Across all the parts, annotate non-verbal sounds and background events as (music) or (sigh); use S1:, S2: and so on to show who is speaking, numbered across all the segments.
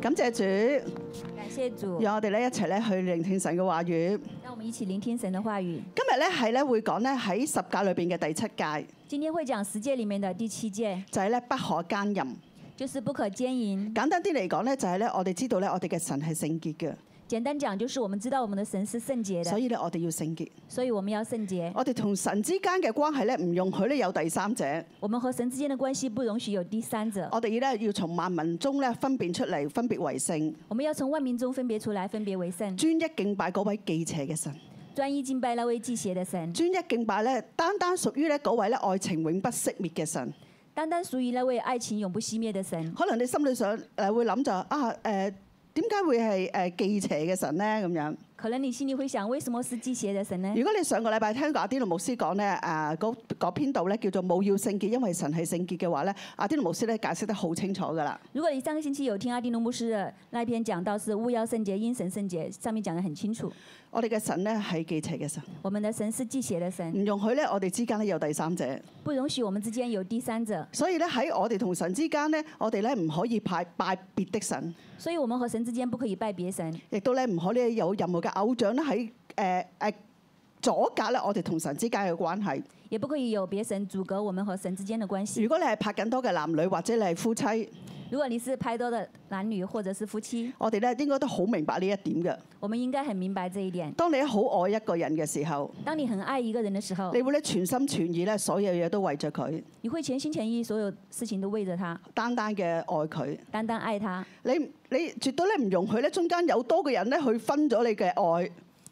S1: 感謝主，
S2: 感谢主，
S1: 讓我哋咧一齊咧去聆聽神嘅話語。今
S2: 让我们一起聆听神的话語。
S1: 日咧係咧會講咧喺十戒裏邊嘅第七戒，
S2: 今天會講十戒里面的第七戒，
S1: 就係、咧不可奸淫。
S2: 就是不可奸淫。
S1: 簡單啲嚟講咧，就係咧我哋知道咧我哋嘅神係聖潔嘅，
S2: 簡單講，就是我們知道我們的神是聖潔
S1: 所
S2: 的，
S1: 以咧我哋要聖潔。
S2: 所以我們要聖潔。
S1: 我哋同神之間嘅關係咧唔容許咧有第三者，
S2: 我們和神之間的關係不容許有第三者，
S1: 我哋咧要從萬民中咧分辨出嚟，分別為聖，
S2: 我們要從萬民中分別出來，分別為聖，
S1: 專一敬拜嗰位忌邪嘅神。
S2: 專一敬拜那位祭邪的神，
S1: 專一敬拜咧，單單屬於咧嗰位咧愛情永不熄滅嘅神。
S2: 單單屬於那位愛情永不熄滅的神。
S1: 可能你心裏想誒會諗就啊誒點解會係誒忌邪嘅神咧咁樣？
S2: 可能你心裡會想，為什麼是祭邪的神呢？
S1: 如果你上個禮拜聽過阿啲路牧師講咧誒嗰嗰篇道咧叫做冇要聖潔，因為神係聖潔嘅話咧，阿啲路牧師咧解釋得好清楚㗎啦。
S2: 如果你上個星期有聽阿丁龍牧師的那一篇講到是勿要聖潔，因神聖潔，上面講得很清楚，
S1: 我哋嘅神咧係忌邪嘅神，
S2: 我們的神是祭邪的神，
S1: 唔容許咧我哋之間咧有第三者。
S2: 不容許我們之間有第三者，
S1: 所以咧喺我哋同神之間咧，我哋咧唔可以拜拜別的神，
S2: 所以我們和神之間不可以拜別神，
S1: 亦都咧唔可以有任何嘅偶像咧喺誒誒阻隔咧我哋同神之間嘅關係。
S2: 也不可以有別神阻隔我們和神之間的關係
S1: 如。果你係拍緊拖嘅男女或者你係夫妻，
S2: 如果你是拍多的男女或者是夫妻，
S1: 我哋咧應該都好明白呢一點嘅。
S2: 我們應該很明白這一點。
S1: 當你好愛一個人嘅時候，
S2: 當你很愛一個人的時候，
S1: 你會咧全心全意咧所有嘢都為着佢，
S2: 你會全心全意，所有事情都為着他，
S1: 單單嘅愛佢。
S2: 單單愛他。
S1: 你你絕對咧唔容許咧中間有多個人咧去分咗你嘅愛，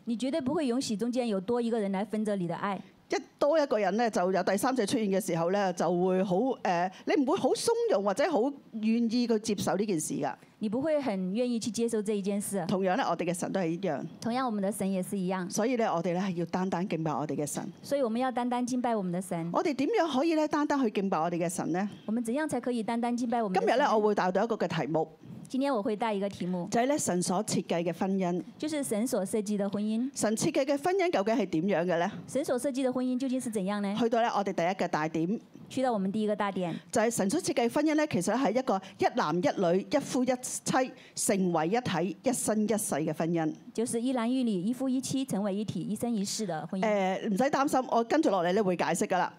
S2: 你絕對不會允許中間有多一個人來分着你的愛。
S1: 一多一個人咧就有第三者出現嘅時候咧就會好誒、呃你唔會好鬆容或者好願意去接受呢件事㗎。
S2: 你不會很願意去接受這一件事。
S1: 同樣咧，我哋嘅神都係一樣，
S2: 同樣，我們的神也是一樣，
S1: 所以咧我哋咧係要單單敬拜我哋嘅神。
S2: 所以我們要單單敬拜我們的神。
S1: 我哋點樣可以咧單單去敬拜我哋嘅神呢？
S2: 我們怎樣才可以單單敬拜我們
S1: 今
S2: 的
S1: 日
S2: 神
S1: 咧，我會帶到一個嘅題目，
S2: 今天我會帶一個題目，
S1: 就係咧神所設計嘅婚姻。
S2: 就是神所設計的婚姻。
S1: 神設計嘅婚姻究竟係點樣嘅咧？
S2: 神所設計的婚姻究竟是怎樣呢？
S1: 去到咧我哋第一個大點，
S2: 去到我們第一個大點，
S1: 就係、神所設計婚姻咧，其實係一個一男一女、一夫一妻成為一體、一生一世嘅婚姻。誒、
S2: 就是一男一女、一夫一妻成為一體、一生一世的婚姻。
S1: 唔使擔心，我跟住落嚟咧會解釋噶啦。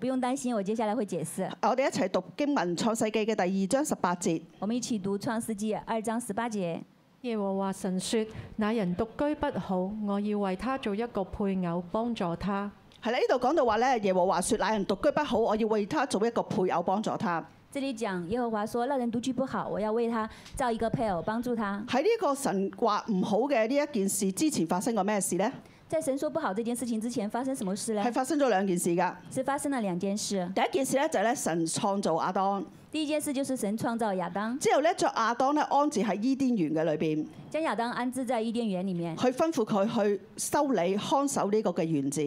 S2: 不用擔心，我接下來會解釋。
S1: 我哋一齊讀經文創世記嘅第二章十八節。
S2: 我們一起讀《創世紀》二章十八節。
S3: 耶和華神說：那人獨居不好，我要為他做一個配偶，幫助他。
S1: 係啦，呢度講到話咧，耶和華說：那人獨居不好，我要為他做一個配偶幫助他。
S2: 這裡講耶和華說：“那人獨居不好，我要為他造一個配偶，幫助他。
S1: 喺呢個神話唔好嘅呢一件事之前發生過咩事呢？”
S2: 在神說不好這件事情之前，發生什麼事呢
S1: 係？發生咗兩件事㗎。
S2: 是發生了兩件事。
S1: 第一件事咧就係咧神創造亞當，
S2: 第一件事就是神創造亞當，
S1: 之後咧將亞當咧安置喺伊甸園嘅裏邊，
S2: 將亞當安置在伊甸園裡面，
S1: 佢吩咐佢去修理看守呢個嘅園子。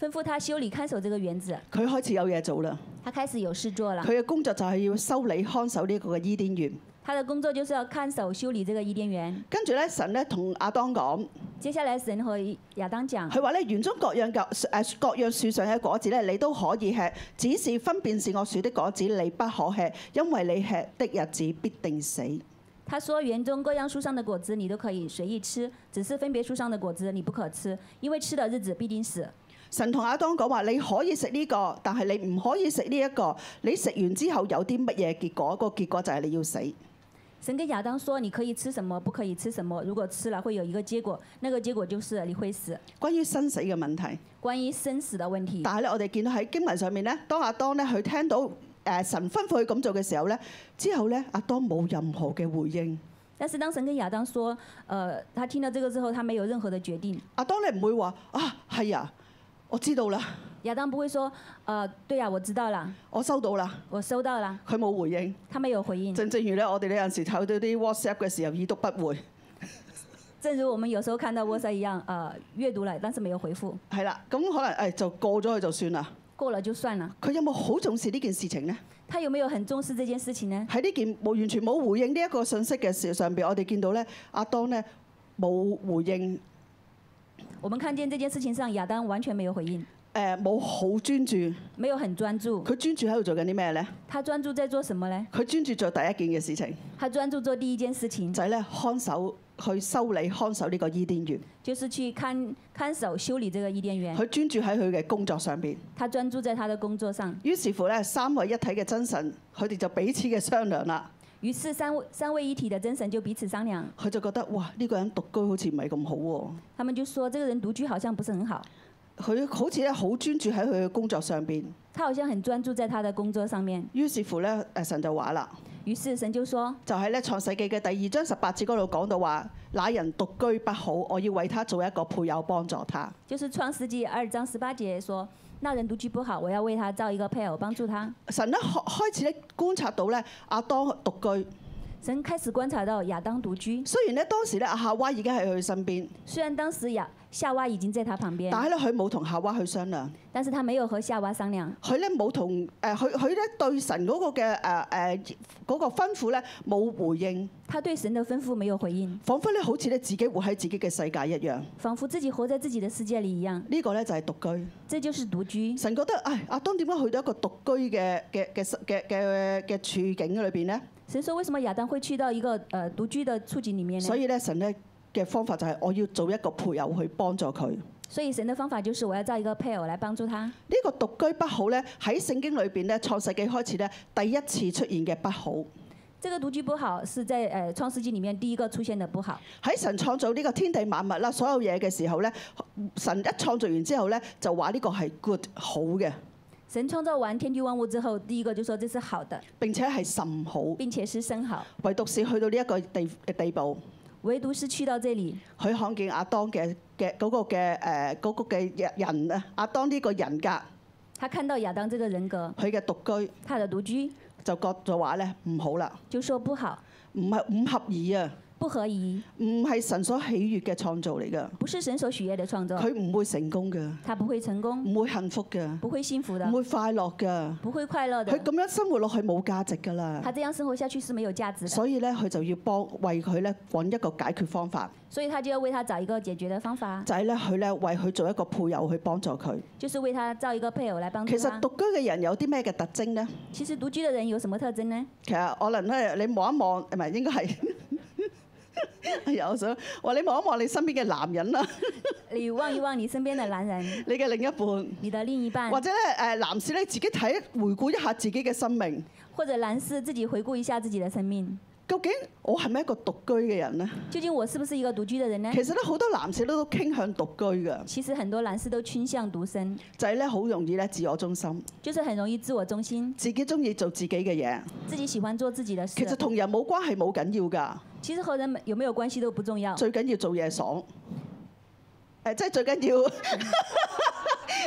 S2: 吩咐他修理看守這個園子。
S1: 佢開始有嘢做啦，
S2: 他開始有事做了，
S1: 佢嘅工作就係要修理看守呢個嘅伊甸園。
S2: 他的工作就是要看守修理這個伊甸園。
S1: 跟住咧，神咧同亞當講，
S2: 接下來神和亞當講：
S1: 佢話咧園中各樣嘅誒各樣樹上嘅果子咧，你都可以吃，只是分辨善惡樹的果子你不可吃，因為你吃的日子必定死。
S2: 他說：“園中各樣樹上的果子你都可以隨意吃，只是分別樹上的果子你不可吃，因為吃的日子必定死。
S1: 神同亞當講話：你可以食呢、個，但係你唔可以食呢一個。你食完之後有啲乜嘢結果？個結果就係你要死。
S2: 神跟亞當說：“你可以吃什麼，不可以吃什么。如果吃了，会有一个结果，那个结果就是你会死。
S1: 關於生死嘅問題，”
S2: 关于生死的問題，
S1: 但係咧，我哋見到喺經文上面咧，當亞當咧佢聽到誒神吩咐佢咁做嘅時候咧，之後咧亞當冇任何嘅回應。
S2: 但是當神跟亞當說，呃，他聽到這個之後，他沒有任何的決定。
S1: 亞當你唔會話啊係啊，我知道啦，
S2: 亞當不會說，呃，對呀、我知道了，
S1: 我收到啦，
S2: 我收到了。
S1: 佢冇回應。
S2: 他沒有回應。
S1: 正正如咧，我哋呢有陣時睇到啲 WhatsApp 嘅時候，已讀不回。
S2: 正如我們有時候看到 WhatsApp 一樣，呃，閱讀了，但是沒有回覆，
S1: 係啦，咁可能誒、就過咗去就算啦。
S2: 過了就算了。
S1: 佢有冇好重視呢件事情呢？
S2: 他有沒有很重視這件事情呢？
S1: 喺呢件冇完全冇回應呢一個信息嘅事上邊，我哋見到咧，阿當咧冇回應，
S2: 我們看見這件事情上，亞當完全沒有回應。
S1: 誒冇好專注，
S2: 没有很专注。
S1: 佢專注喺度做緊啲咩呢？
S2: 他专注在做什么呢？
S1: 佢專注做第一件嘅事情，
S2: 他专注做第一件事情，
S1: 就係咧看守去修理看守呢個伊甸園。
S2: 就是去看看守修理这个伊甸园。
S1: 佢專注喺佢嘅工作上邊。
S2: 他专注在他的工作上。
S1: 於是乎咧，三位一體嘅真神，佢哋就彼此嘅商量啦。
S2: 于是三位三位一体的真神就彼此商量，
S1: 佢就覺得哇，呢、個人獨居好似唔係咁好喎、
S2: 他们就说这个人独居好像不是很好，
S1: 佢好似咧好專注喺佢嘅工作上邊。
S2: 他好像很专注在他的工作上面。
S1: 於是乎咧，誒神就話啦，
S2: 于是神就说，
S1: 就喺咧創世記嘅第二章十八節嗰度講到話，那人獨居不好，我要為他做一個配偶幫助他。
S2: 就是创世纪二章十八节说，那人独居不好，我要为他造一个配偶帮助他。
S1: 神咧開開始咧觀察到咧亞當獨居，
S2: 神开始观察到亚当独居，
S1: 雖然咧當時咧阿夏娃已經喺佢身邊，
S2: 虽然当时亚夏娃已经在他旁边
S1: 但，係咧佢冇同夏娃去商量。
S2: 但是他没有和夏娃商量，
S1: 佢咧冇同誒，佢佢咧對神嗰個嘅誒誒嗰個吩咐咧冇回應，
S2: 他对神的吩咐没有回应，
S1: 彷彿咧好似咧自己活喺自己嘅世界一樣。呢、
S2: 仿佛自己活在自己的世界里一样。
S1: 個咧就係獨居。
S2: 这就是独居。
S1: 神覺得，唉，阿當點解去到一個獨居嘅嘅嘅嘅嘅嘅處境裏邊咧？
S2: 神说为什么亚当会去到一个呃独居的处境里面呢？
S1: 所以咧，神咧嘅方法就係我要做一個配偶去幫助佢。
S2: 所以神的方法就是我要造一个配偶来帮助他。
S1: 呢、個獨居不好咧，喺聖經裏邊咧，創世記開始咧第一次出現嘅不好。
S2: 这个独居不好是在呃创世纪里面第一个出现的不好。
S1: 喺神創造呢個天地萬物啦，所有嘢嘅時候咧，神一創造完之後咧，就話呢個係 good 好嘅，
S2: 神创造完天地万物之后，第一个就说这是好的，
S1: 並且係甚好。
S2: 并且是生好。
S1: 唯獨是去到呢一個地地步，
S2: 唯独是去到这里，
S1: 佢看見亞當嘅嘅嗰個嘅誒嗰個嘅人啊，亞當呢個人格，
S2: 他看到亚当这个人格，
S1: 佢嘅獨居
S2: 他的独居，
S1: 就覺就話咧唔好啦，
S2: 就说不好，
S1: 唔係五合二啊，
S2: 不合宜，
S1: 唔係神所喜悅嘅創造嚟㗎，
S2: 不是神所喜悦的创造，
S1: 佢唔會成功㗎，
S2: 他不会成功，
S1: 唔會幸福㗎，
S2: 不会幸福的
S1: 唔，會快樂㗎，
S2: 不会快乐
S1: 佢
S2: 的。
S1: 咁樣生活落去冇價值㗎啦。
S2: 他这样生活下去是没有价值的，
S1: 所以咧，佢就要幫為佢咧揾一個解決方法，
S2: 所以他就要为他找一个解决的方法，
S1: 就係咧佢咧為佢做一個配偶去幫助佢。
S2: 就是为他造一个配偶来帮
S1: 其
S2: 助
S1: 實
S2: 他。
S1: 獨居嘅人有啲咩嘅特徵咧？
S2: 其實獨居的人有什麼特徵呢？
S1: 其實可能咧，你望一望，唔係應該係。 (laughs) 哎呀，我想話你望一望你身邊嘅男人啦，
S2: 你望一望你身邊的男人，
S1: 你嘅另一半，
S2: 你的另一半
S1: 或，者咧誒男士咧自己睇回顧一下自己嘅生命，
S2: 或者男士自己回顧一下自己的生命，
S1: 究竟我係咪一個獨居嘅人咧？
S2: 究竟我是不是一個獨居的人呢
S1: 其？實咧好多男士都都傾向獨居嘅，
S2: 其實很多男士都傾向獨身，
S1: 就係咧好容易咧自我中心，
S2: 就是很容易自我中心，
S1: 自己中意做自己嘅嘢，
S2: 自己喜歡做自己的事
S1: 其。實同人冇關係冇緊要㗎。
S2: 其實和人有沒有關係都不重要，
S1: 最緊要做嘢爽。誒、即係最緊要， (laughs)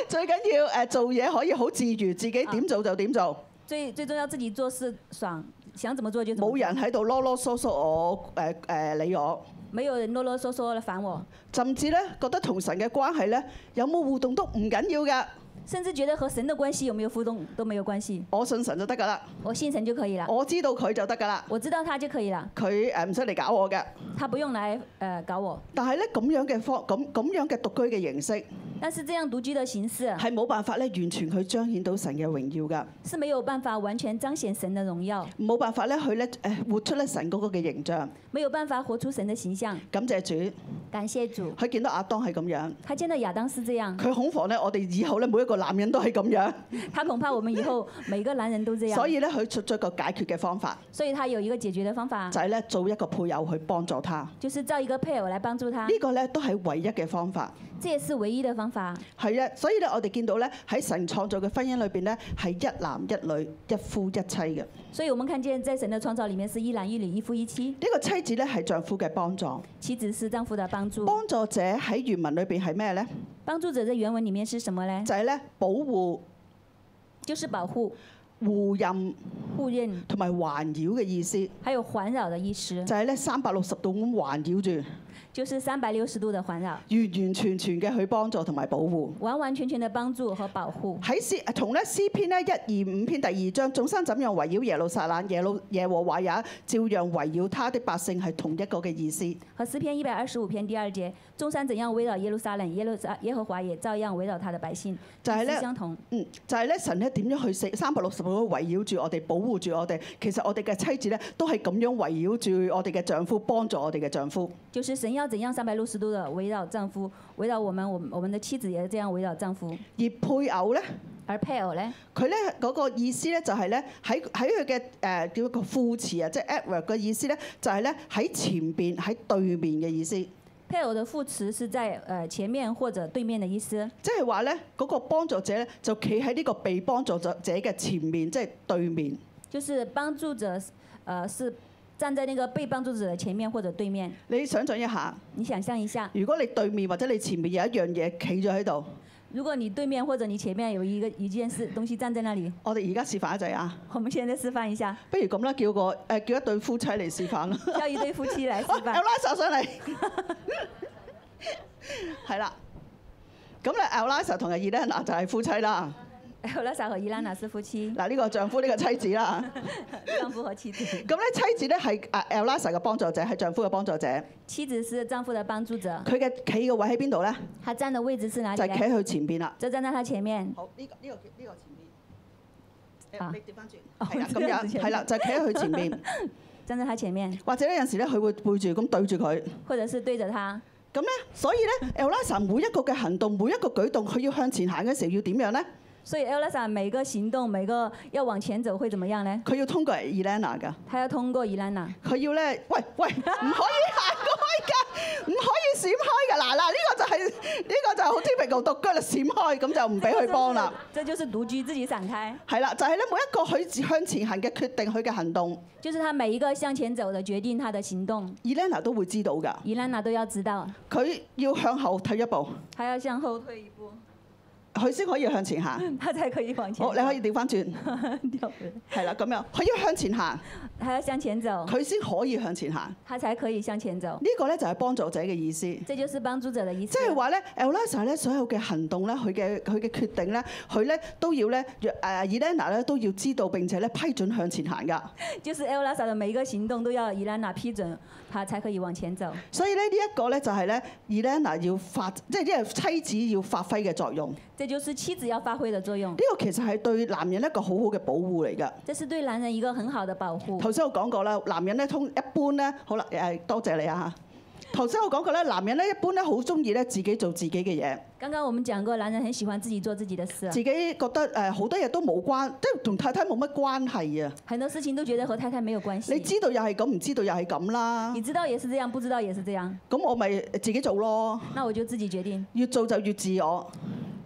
S1: 最緊要誒、做嘢可以好自如，自己點做就點做，
S2: 最最重要自己做事爽，想怎麼做就怎麼
S1: 冇
S2: 做，
S1: 人喺度囉囉嗦嗦我誒誒、理我，
S2: 沒有人囉囉嗦嗦的煩我，
S1: 甚至咧覺得同神嘅關係咧有冇互動都唔緊要㗎，
S2: 甚至覺得和神的關係有沒有互動都沒有關係，
S1: 我信神就得㗎啦，
S2: 我信神就可以了，
S1: 我知道佢就得㗎啦，
S2: 我知道他就可以了，
S1: 佢呃誒唔使嚟搞我㗎。
S2: 他不用來呃搞我。
S1: 但係咧咁樣嘅方咁咁樣嘅獨居嘅形式
S2: 但是这樣獨居的形式
S1: 係冇辦法咧完全去彰顯到神嘅榮耀
S2: 是沒有辦法完全彰顯神的榮耀，
S1: 㗎，冇辦法咧去咧誒活出咧神嗰個嘅形象。
S2: 沒有辦法活出神的形象。
S1: 感謝主。
S2: 感謝主，
S1: 佢見到亞當係咁樣，
S2: 他見到亞當是這樣，
S1: 佢恐防咧，我哋以後咧每一個男人都係咁樣，
S2: 他恐怕我們以後每個男人都這樣，
S1: 所以咧佢出咗一個解決嘅方法，
S2: 所以他有一個解決的方法
S1: 就，係咧做一個配偶去幫助他。
S2: 就是造一個配偶來幫助他，
S1: 呢個咧都係唯一嘅方法，
S2: 這也是唯一的方法。
S1: 係啊，所以咧我哋見到咧喺神創造嘅婚姻裏邊咧係一男一女、一夫一妻嘅。呢、
S2: 所以我們看見在神的創造裡面是一男一女、一夫一妻，
S1: 個妻子咧係丈夫嘅幫助，
S2: 妻子是丈夫的幫助，
S1: 幫助者喺原文裏邊係咩咧？
S2: 幫助者在原文裡面是什麼呢？
S1: 就係咧保護、
S2: 就是保護、
S1: 護任
S2: 护任，
S1: 同埋環繞嘅意思，
S2: 还有环绕的意思
S1: 就，係咧三百六十度咁環繞住，
S2: 就是三百六十度的环绕，
S1: 完完全全嘅去幫助同埋保護。
S2: 完完全全的帮助和保护。
S1: 喺詩同咧詩篇咧一二五篇第二章，眾生怎樣圍繞耶路撒冷，耶路耶和華也照樣圍繞他的百姓，係同一個嘅意思。
S2: 和诗篇一百二十五篇第二节，众山怎样围绕耶路撒冷，耶路撒耶和华也照样围绕他的百姓，
S1: 就係
S2: 意
S1: 咧
S2: 思，相同。
S1: 嗯，就係咧，神咧點樣去四三百六十度圍繞住我哋，保護住我哋。其實我哋嘅妻子咧都係咁樣圍繞住我哋嘅丈夫，幫助我哋嘅丈夫。
S2: 就是神要怎样三百六十度的围绕丈夫，围绕我们，我们我们的妻子也这样围绕丈夫。
S1: 而配偶咧，
S2: 而配偶呢，
S1: 佢咧嗰個意思咧就係咧喺喺佢嘅誒叫個副詞啊，即係 adverb 嘅意思咧，就係咧喺前邊喺對面嘅意思，即
S2: 配偶的副词是在呃前面或者对面的意思，
S1: 係話咧嗰個幫助者咧就企喺呢個被幫助者者嘅前面，即係對面。
S2: 就是帮助者，呃是站在那个被帮助者的前面或者对面。
S1: 你想象一下，
S2: 你想象一下，
S1: 如果你對面或者你前面有一樣嘢企咗喺度，
S2: 如果你对面或者你前面有一个一件事东西站在那里，
S1: 我哋而家示範一陣啊！
S2: 我们現在示範一下，
S1: 不如咁啦，叫個誒、叫一對夫妻嚟示範啦。
S2: 叫一對夫妻來示
S1: 好
S2: 範。
S1: ，Elisa 上
S2: (laughs)
S1: 嚟，係啦。咁咧，Elisa 同阿 Elena 就係夫妻啦。
S2: e l 莎和伊拉娜是夫妻，
S1: 嗱，呢個丈夫，呢個妻子啦。
S2: 丈夫和妻子。
S1: 咁咧，妻子咧係啊 Elisa 嘅幫助者，係丈夫嘅幫助者。
S2: 妻子是丈夫的幫助者，
S1: 佢嘅企嘅位喺邊度咧？
S2: 她站的位置是哪
S1: 就
S2: 裡
S1: 係企
S2: 呢？
S1: 喺佢前邊啦。
S2: 就站在她前面，
S1: 好，呢、個呢、個呢、個前邊。
S2: 啊
S1: 你調翻轉，
S2: 哦
S1: 係啦，
S2: 這
S1: 咁
S2: 樣子
S1: 樣
S2: 前
S1: 係啦，就係企喺佢前面，
S2: 站在她前面，
S1: 或者咧有陣時咧，佢會背住咁對住佢。
S2: 或者是對着她。
S1: 咁咧，所以咧 e l i s a 每一個嘅行動，每一個舉動，佢要向前行嘅時候要點樣咧？
S2: 所以 e l 莎每個行動，每個要往前走會怎麼樣呢？
S1: 佢要通過 Elena 噶，
S2: 她要通過伊拉娜，
S1: 佢要咧，喂喂，唔可以行開㗎，唔可以閃開㗎。嗱嗱，呢、個就係、呢、個就係好 typical 獨居啦，閃開咁就唔俾佢幫
S2: (laughs)
S1: 啦。
S2: 這就是獨居自己閃開，
S1: 係啦，就係、咧每一個佢向前行嘅決定，佢嘅行動
S2: 就是她每一個向前走的決定，她的行動，
S1: ，Elena 都會知道㗎。
S2: 伊拉娜都要知道，
S1: 佢要向後退一步，
S2: 她要向後退一步，
S1: 佢先可以向前行。
S2: (laughs) 她才可以往嗯前走。
S1: 好，你可以調翻轉，
S2: (laughs) 掉回來
S1: 係啦，咁樣，佢要向前行，
S2: 她要向前走，
S1: 佢先可以向前行。
S2: 她才可以向前走。
S1: 呢個咧就係幫助者嘅意思。
S2: 这就是帮助者的意思
S1: 即。係話咧 e l i s a 咧所有嘅行動咧，佢嘅佢嘅決定咧，佢咧都要咧，若誒 Elena 咧都要知道並且咧批准向前行噶。
S2: 就是 Elsa 的每一个行动都要伊兰娜批准，她才可以往前走。
S1: 所以咧呢一個咧就係咧 Elena 要發，即係因為妻子要發揮嘅作用。呢、
S2: 这就是妻子要发挥的作用，
S1: 個其實係對男人一個好好嘅保護嚟㗎。
S2: 这是对男人一个很好的保护。
S1: 頭先我講過啦，男人咧通一般咧，好啦誒、多謝你啊嚇。頭先我講過咧，男人咧一般咧好中意咧自己做自己嘅嘢，
S2: 刚刚我们讲過，男人很喜欢自己做自己的事，啊
S1: 自己覺得誒好多嘢都冇關，即係同太太冇乜關係啊。
S2: 很多事情都覺得和太太沒有關
S1: 你
S2: 係。
S1: 知道又係咁，唔知道又係咁啦。
S2: 你知道也是這樣，不知道也是這樣，
S1: 咁我咪自己做咯，
S2: 那我就自己決定，
S1: 越做就越自我，
S2: 哦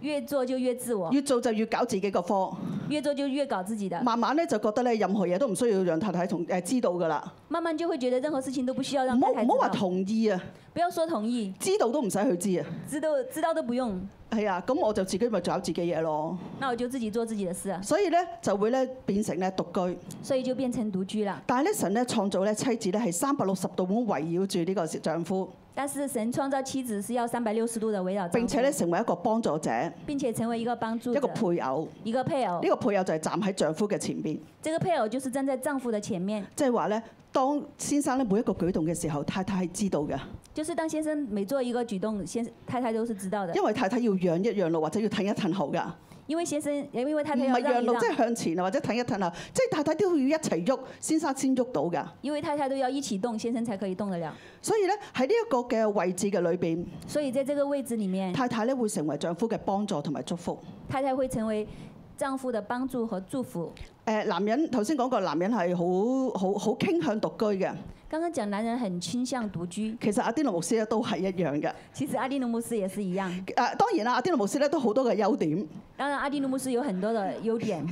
S2: 越做就越自我，
S1: 越做就越搞自己個科。
S2: 越做就越搞自己的，
S1: 慢慢咧就覺得咧，任何嘢都唔需要讓太太同誒知道噶啦，
S2: 慢慢就會覺得任何事情都不需要讓
S1: 唔好
S2: 太太
S1: 唔
S2: 知
S1: 好話
S2: 道，
S1: 同意啊，
S2: 不要說同意，
S1: 知道都唔使佢知啊。
S2: 知道知道都不用，
S1: 係啊，咁我就自己咪搞自己嘢咯。
S2: 那我就自己做自己的事，啊
S1: 所以咧就會咧變成咧獨居。
S2: 所以就變成獨居了。
S1: 但係咧神咧創造咧妻子咧係三百六十度咁圍繞住呢個丈夫，
S2: 但是神创造妻子是要三百六十度的围绕丈夫，
S1: 並且咧成為一個幫助者，
S2: 并且成为一个帮助
S1: 一
S2: 者
S1: 個配偶。
S2: 一个配偶
S1: 呢。個配偶就係站喺丈夫嘅前邊，
S2: 这个配偶就是站在丈夫的前面，
S1: 即係話咧，當先生咧每一個舉動嘅時候，太太係知道嘅。
S2: 就是当先生每做一个举动，先太太都是知道的
S1: 因，為太太要讓一讓路，或者要褪一褪後㗎，
S2: 因为先生因为太太
S1: 唔
S2: 要
S1: 係
S2: 让
S1: 讓
S2: 一
S1: 路
S2: 让
S1: 即，係向前啊，或者褪一褪後，即係太太都要一齊喐，先生先喐到㗎。
S2: 因为太太都要一起动，先生才可以动得了。
S1: 所以咧喺呢一個嘅位置嘅裏邊，
S2: 所以在这个位置里面，
S1: 太太咧會成為丈夫嘅幫助同埋祝福。
S2: 太太会成为丈夫的帮助和祝福。
S1: 誒、男人頭先講過，男人係好好好傾向獨居嘅，
S2: 刚剛讲男人很傾向獨居，
S1: 其實阿丁奴牧師咧都係一樣嘅。
S2: 其實阿蒂努牧師也是一樣。
S1: 誒、當然啦，阿丁奴牧師咧都好多嘅優點。
S2: 當然，阿蒂努牧師有很多的優點，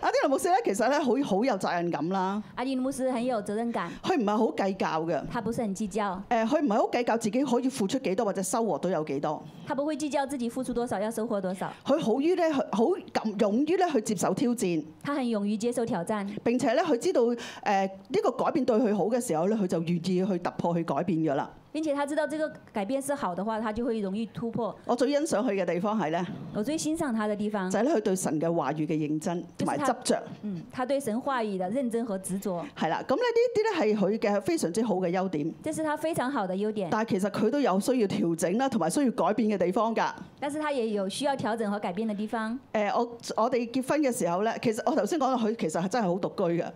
S1: 阿啲林牧師咧，其實咧好好有責任感啦，
S2: 阿迪姆斯很有责任感，
S1: 佢唔係好計較嘅。
S2: 他不是很计较，
S1: 誒，呃佢唔係好計較自己可以付出幾多或者收穫到有幾多，
S2: 他不会計較自己付出多少要收穫多少，
S1: 佢好於咧，好敢勇於咧去接受挑戰，
S2: 他很勇于接受挑戰，
S1: 並且咧佢知道誒呢個改變對佢好嘅時候咧，佢就願意去突破去改變㗎啦。
S2: 并且他知道這個改變是好的話，他就會容易突破。
S1: 我最欣賞佢嘅地方係咧，
S2: 我最欣賞他的地方
S1: 就，係咧佢對神嘅話語嘅認真同埋執着。
S2: 嗯，他對神話語的認真和執着，
S1: 係啦，咁咧呢啲咧係佢嘅非常之好嘅優點，
S2: 這是他非常好的優點。
S1: 但係其實佢都有需要調整啦，同埋需要改變嘅地方㗎。
S2: 但是他也有需要調整和改變的地方。
S1: 誒、我我哋結婚嘅時候咧，其實我頭先講到佢其實係真係好獨居嘅。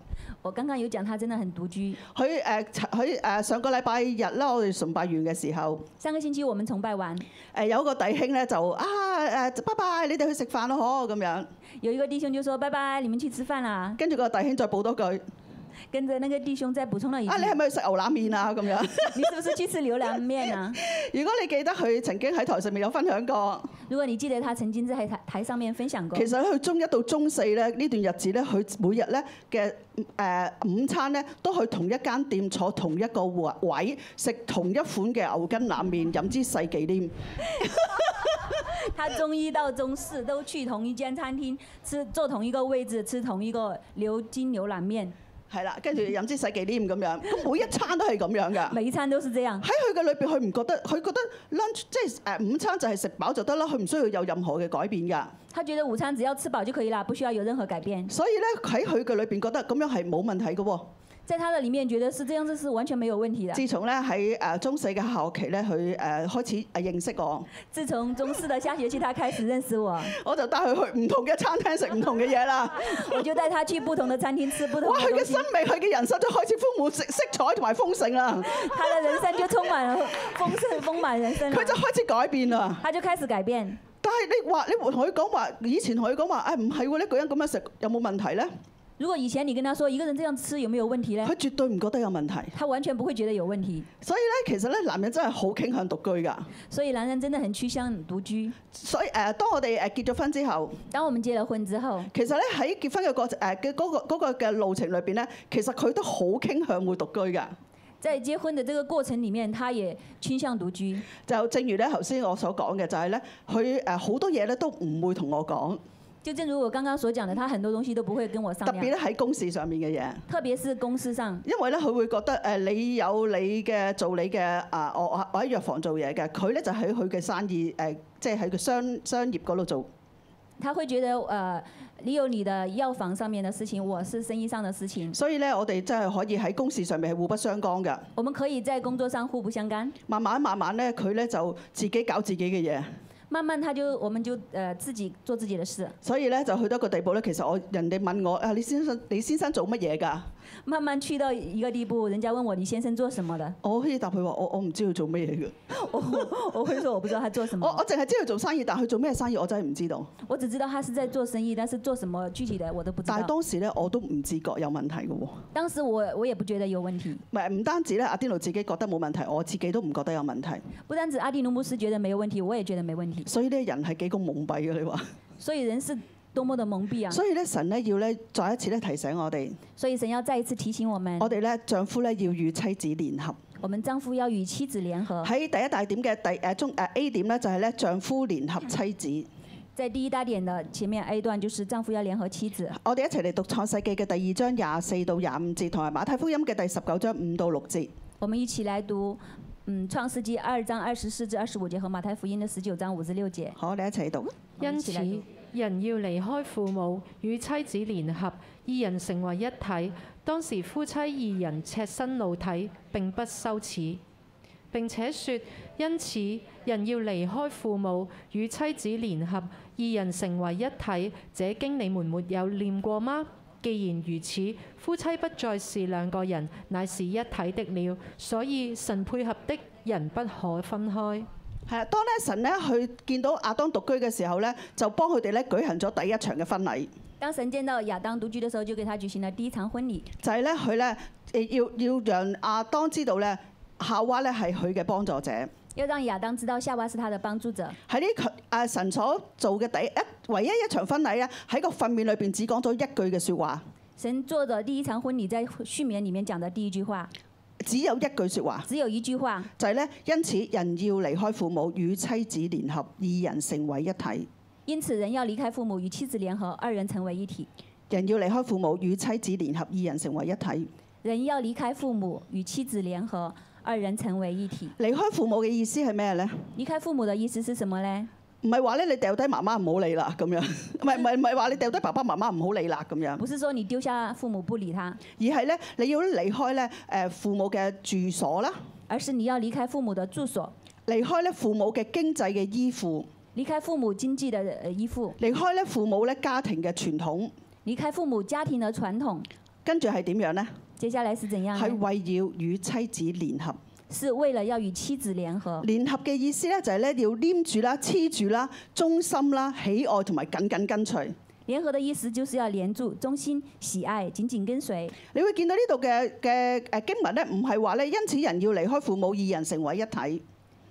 S2: 我剛剛有講，他真的很獨居。
S1: (laughs) 佢誒佢誒上個禮拜日啦，我哋崇拜完嘅時候，誒、
S2: 上個星期我們崇拜完，
S1: 有一個弟兄咧就啊誒、拜拜，你哋去食飯咯，嗬咁樣。
S2: 有一個弟兄就說：拜拜，你們去吃飯啦。
S1: 跟住個弟兄再補多句，啊
S2: 跟着那個弟兄再補充了一句：
S1: 你係咪去食牛腩面啊咁樣？
S2: 你是不是去吃牛腩面啊？
S1: 如果你記得佢曾經喺台上面有分享過，
S2: 如果你記得他曾經在台台上面分享過
S1: 其，實佢中一到中四咧呢段日子咧，佢每日咧嘅誒午餐咧都去同一間店坐同一個位食同一款嘅牛筋腩面，飲支世紀廉。
S2: 他中一到中四都去同一間餐廳吃，坐同一個位置吃同一個牛筋牛腩面，
S1: 係啦，跟住飲支洗忌廉咁樣，咁每一餐都係咁樣噶。
S2: 每一餐都是這樣
S1: 喺。佢嘅裏邊，佢唔覺得，佢覺得 lunch 即係呃誒午餐就係食飽就得啦，佢唔需要有任何嘅改變㗎。
S2: 他覺得午餐只要吃飽就可以啦，不需要有任何改變。
S1: 所以咧喺佢嘅裏邊覺得咁樣係冇問題嘅喎。
S2: 在他的裡面覺得是這樣，子是完全沒有問題的。
S1: 自從咧喺誒中四嘅下學期咧，佢誒開始誒呃認識我，
S2: 自從中四的下學期，他開始認識我， (laughs)
S1: 我就帶佢去唔同嘅餐廳食唔同嘅嘢啦。
S2: 我就帶他去不同的餐廳吃不同
S1: 哇！
S2: 的
S1: 佢
S2: 東
S1: 嘅
S2: 西
S1: 生。命，佢嘅人生都開始豐滿色色彩同埋豐盛啦。
S2: 他的人生就充滿了豐盛、豐滿人生了
S1: 佢就開始改變啦。
S2: 他就開始改變。
S1: 但係你話你同佢講話，以前同佢講話，誒哎唔係喎，呢個人咁樣食有冇問題咧？
S2: 如果以前你跟他說一個人這樣吃有沒有問題呢
S1: 佢？絕對唔覺得有問題。
S2: 他完全不會覺得有問題。
S1: 所以咧，其實咧，男人真係好傾向獨居㗎。
S2: 所以男人真的很趨向獨居。
S1: 所以誒、呃，當我哋誒結咗婚之後，
S2: 當我們結了婚之後，
S1: 其實咧喺結婚嘅過程誒嘅嗰個嗰個嘅、路程裏邊咧，其實佢都好傾向會獨居㗎。
S2: 在結婚的這個過程裡面，他也傾向獨居。
S1: 就正如咧頭先我所講嘅，就係咧佢誒好多嘢咧都唔會同我講，
S2: 就正如我剛剛所講的，他很多東西都不會跟我商
S1: 特別咧
S2: 量，
S1: 喺公事上面嘅嘢。
S2: 特別是公事上，
S1: 因為咧，佢會覺得誒、呃你有你嘅做你嘅啊，我我我喺藥房做嘢嘅，佢咧就喺佢嘅生意誒、呃即係喺佢商商業嗰度做。
S2: 他會覺得呃，你有你的藥房上面的事情，我是生意上的事情，
S1: 所以咧，我哋真係可以喺公事上面係互不相干㗎。
S2: 我們可以在工作上互不相干。
S1: 慢慢慢慢咧，佢咧就自己搞自己嘅嘢，
S2: 慢慢他就我們就呃自己做自己的事，
S1: 所以咧就去到一個地步咧，其實我人哋問我啊，你先生你先生做乜嘢㗎？
S2: 慢慢去到一個地步，人家問我你先生做什麼的，
S1: 我可以答佢話我我唔知佢做乜嘢嘅，
S2: 我我會說我不知道他做什
S1: 我
S2: 麼，
S1: 我淨係知佢做生意，但係佢做咩生意我真係唔知道。
S2: 我只知道他是在做生意，但是做什麼具體的我都不知
S1: 但係
S2: 道。
S1: 當時咧我都唔自覺有問題嘅喎，唔
S2: 當時我我也不覺得有問題，
S1: 係唔單止咧阿 Dino 自己覺得冇問題，我自己都唔覺得有問題。
S2: 不單止阿迪努姆斯覺得沒有問題，我也覺得沒問題，
S1: 所以咧人係幾咁蒙蔽嘅你話，
S2: 所以人是多麼的蒙蔽啊！
S1: 所以咧神咧要咧再一次咧提醒我哋，
S2: 所以神要再一次提醒我們，
S1: 我哋咧丈夫咧要與妻子聯合。
S2: 我們丈夫要與妻子聯合。
S1: 喺第一大點嘅第誒中誒 A 點咧就係咧丈夫聯合妻子。
S2: 在第一大點的前面 A 段，就是丈夫要聯合妻子。
S1: 我哋一齊嚟讀創世記嘅第二章廿四到廿五節，同埋馬太福音嘅第十九章五到六節。
S2: 我們一起來讀，嗯，《創世紀》二章二十四至二十五節和《馬太福音》的十九章五至六節。
S1: 好，我哋一齊讀。
S2: 我們一
S3: 因
S2: 起
S3: 此
S2: 來讀，
S3: 人要離開父母，與妻子聯合，二人成為一體。當時夫妻二人赤身露體，並不羞恥。並且說，因此人要離開父母，與妻子聯合，二人成為一體。這經你們沒有念過嗎？既然如此，夫妻不再是兩個人，乃是一體的了。所以神配合的人不可分開。
S1: 係啊，當咧神咧去見到亞當獨居嘅時候咧，就幫佢哋咧舉行咗第一場嘅婚禮，
S2: 當神見到亞當獨居的時候，就給他舉行了第一場婚禮，
S1: 就係咧佢咧誒要要讓亞當知道咧夏娃咧係佢嘅幫助者。
S2: 要讓亞當知道夏娃是他的幫助者。
S1: 喺呢佢啊神所做嘅第一唯一一場婚禮咧，喺個訓勉裏邊只講咗一句嘅説話，
S2: 神做的第一场婚礼，在序冕里面讲的第一句话，
S1: 只有一句説話，
S2: 只有一句话，
S1: 就係、咧，因此人要離開父母，與妻子聯合，二人成為一體。
S2: 因此人要离开父母，与妻子联合，二人成为一体。
S1: 人要離開父母，與妻子聯合，二人成為一體。
S2: 人要离开父母，与妻子联合，二人成为一体。
S1: 離開父母嘅意思係咩咧？
S2: 离开父母的意思是什么呢？
S1: 唔係話咧，你掉低媽媽唔好理啦咁樣， (laughs) 唔係唔係唔係話你掉低爸爸媽媽唔好理啦咁樣，
S2: 不是说你丢下父母不理他，
S1: 而係咧你要離開咧誒父母嘅住所啦，
S2: 而是你要离开父母的住所，
S1: 離開咧父母嘅經濟嘅依附，
S2: 离开父母经济的呃依附，
S1: 離開咧父母咧家庭嘅傳統，
S2: 离开父母家庭的传统。
S1: 跟住係點樣咧？
S2: 接下来是怎样呢？
S1: 係為要與妻子聯合。
S2: 是为了要与妻子联合。
S1: 聯合嘅意思咧就係咧要黏住啦、黐住啦、忠心啦、喜愛同埋緊緊跟隨。
S2: 联合的意思就是要连住、忠心、喜爱、紧紧跟随。
S1: 你會見到呢度嘅嘅誒經文咧，唔係話咧因此人要離開父母，二人成為一體。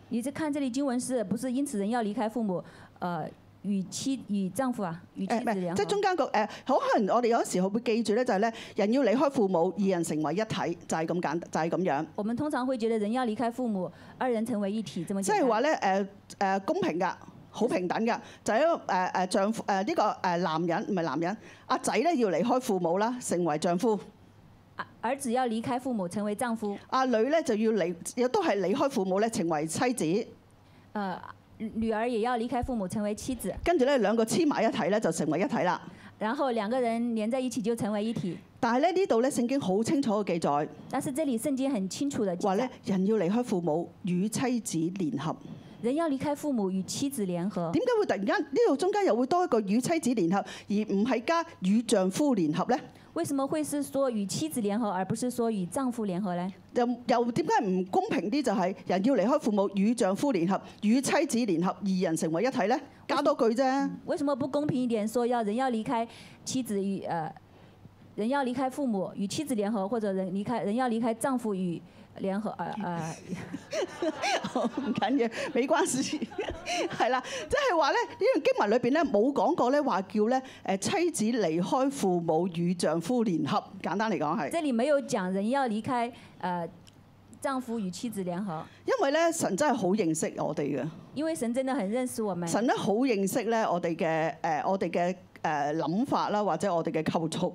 S2: 你这看这里经文是不是因此人要离开父母，呃，与妻与丈夫啊，与妻
S1: 誒唔
S2: 子联
S1: 係，
S2: 合
S1: 即係？哎中間個誒，好可能我哋有時候會記住咧，就係咧人要離開父母，二人成為一體，就係咁簡，就係咁樣。
S2: 我们通常会觉得人要离开父母，二人成为一体，这么
S1: 即
S2: 简
S1: 係
S2: 单。
S1: 話咧誒誒公平㗎，好平等㗎，就係一個誒誒丈夫誒呢個誒男人唔係男人，阿仔咧要離開父母啦，成為丈夫；
S2: 啊儿子要离开父母成为丈夫，
S1: 阿女咧就要離，亦都係離開父母咧，成為妻子。
S2: 呃，女儿也要离開父母成為妻子，
S1: 跟住咧兩個黐埋一體咧，就成為一體啦。
S2: 然後兩個人連在一起就成為一體。
S1: 但係咧呢度咧聖經好清楚嘅記載，
S2: 但是這裡聖經很清楚的記
S1: 話
S2: 載
S1: 咧，人要離開父母與妻子聯合。
S2: 人要離開父母與妻子聯合。
S1: 點解會突然間呢度中間又會多一個與妻子聯合，而唔係加與丈夫聯合呢？
S2: 為什麼會是說與妻子聯合，而不是說與丈夫聯合呢？
S1: 又又點解唔公平啲？就係人要離開父母與丈夫聯合，與妻子聯合，二人成為一體呢？加多句啫，
S2: 為什麼不公平一點說要人要離開妻子與呃，人要離開父母與妻子聯合，或者人離開人要離開丈夫與聯合呃呃，
S1: 唔緊要，冇關事。 (laughs) 係啦，即係話咧，呢段經文裏邊咧冇講過咧話叫咧誒妻子離開父母與丈夫聯合。簡單嚟講係，
S2: 這裡沒有講人要離開呃丈夫與妻子聯合，
S1: 因為咧神真係好認識我哋嘅。
S2: 因為神真的很認識我們。
S1: 神咧好認識咧我哋嘅誒我哋嘅誒諗法啦，或者我哋嘅構造。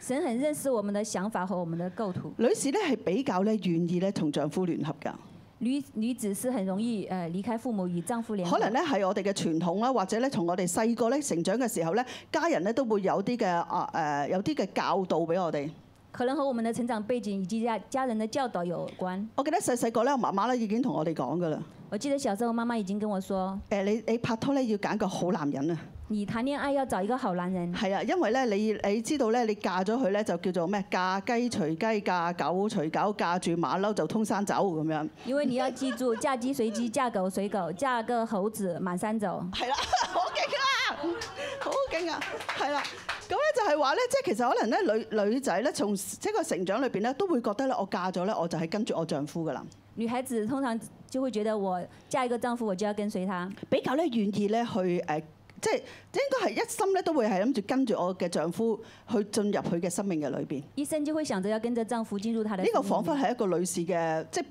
S2: 神很认识我们的想法和我们的构图。
S1: 女士咧係比較咧願意咧同丈夫聯合㗎，
S2: 女女子是很容易呃离开父母与丈夫联合
S1: 可，能咧係我哋嘅傳統啦，或者咧從我哋細個咧成長嘅時候咧，家人咧都會有啲嘅啊誒有啲嘅教導俾我哋。
S2: 可能和我们的成长背景以及家家人的教导有关。
S1: 我記得細細個咧，我媽媽咧已經同我哋講㗎啦。
S2: 我记得小时候妈妈已经跟我说，
S1: 誒你你拍拖咧要揀個好男人啊，
S2: 你谈恋爱要找一个好男人，
S1: 係啊，因為咧你你知道咧你嫁咗佢咧就叫做咩嫁雞隨雞，嫁狗隨狗，嫁住馬騮就通山走咁樣。
S2: 因为你要记住嫁鸡随鸡，嫁狗随狗，嫁个猴子满山走。
S1: 係啦， (laughs) 好勁啊，好勁啊，係啦。咁咧就係話咧，即係其實可能咧女女仔咧，從即係個成長裏邊咧，都會覺得咧，我嫁咗咧，我就係跟住我丈夫噶啦，
S2: 女孩子通常就会觉得我嫁一个丈夫，我就要跟随他，
S1: 比較咧願意咧去誒，即係應該係一心咧都會係諗住跟住我嘅丈夫去進入佢嘅生命嘅裏邊。
S2: 一生就会想着要跟着丈夫进入他的
S1: 呢
S2: 生命。
S1: 個彷彿係一個女士嘅即係。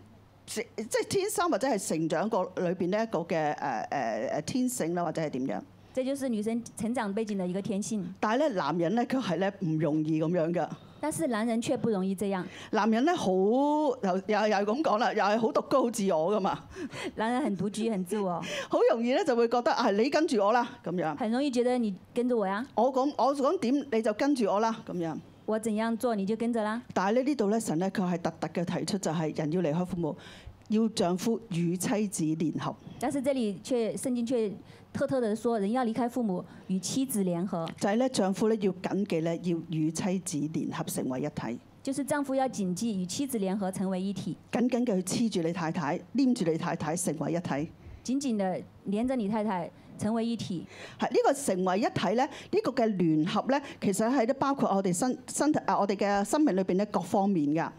S1: 即即係天生或者係成長個裏邊呢一個嘅誒誒誒天性啦，或者係點樣？
S2: 这就是女生成长背景的一个天性。
S1: 但係咧男人咧佢係咧唔容易咁樣㗎。
S2: 但是男人却不容易这样，
S1: 男人咧好又又又係咁講啦，又係好獨高好自我噶嘛， (laughs)
S2: 男人很独居、很自我，
S1: 好容易咧就會覺得啊你跟住我啦咁樣，
S2: 很容易觉得你跟着我呀，
S1: 我講我講點你就跟住我啦咁樣。
S2: 我怎样做你就跟着啦。
S1: 但係咧呢度咧神咧佢係特特嘅提出就係人要離開父母，要丈夫與妻子聯合。
S2: 但是这里却圣经却特特的说，人要离开父母，与妻子联合，
S1: 就係咧丈夫咧要緊記咧要與妻子聯合成為一體，
S2: 就是丈夫要谨记与妻子联合成为一体，
S1: 緊緊嘅去黐住你太太，黏住你太太成為一體。
S2: 紧紧的连着你太太成为一体。
S1: 係呢個成為一體咧，呢、個嘅聯合咧，其實係咧包括我哋身身體啊，我哋嘅生命裏邊咧各方面㗎。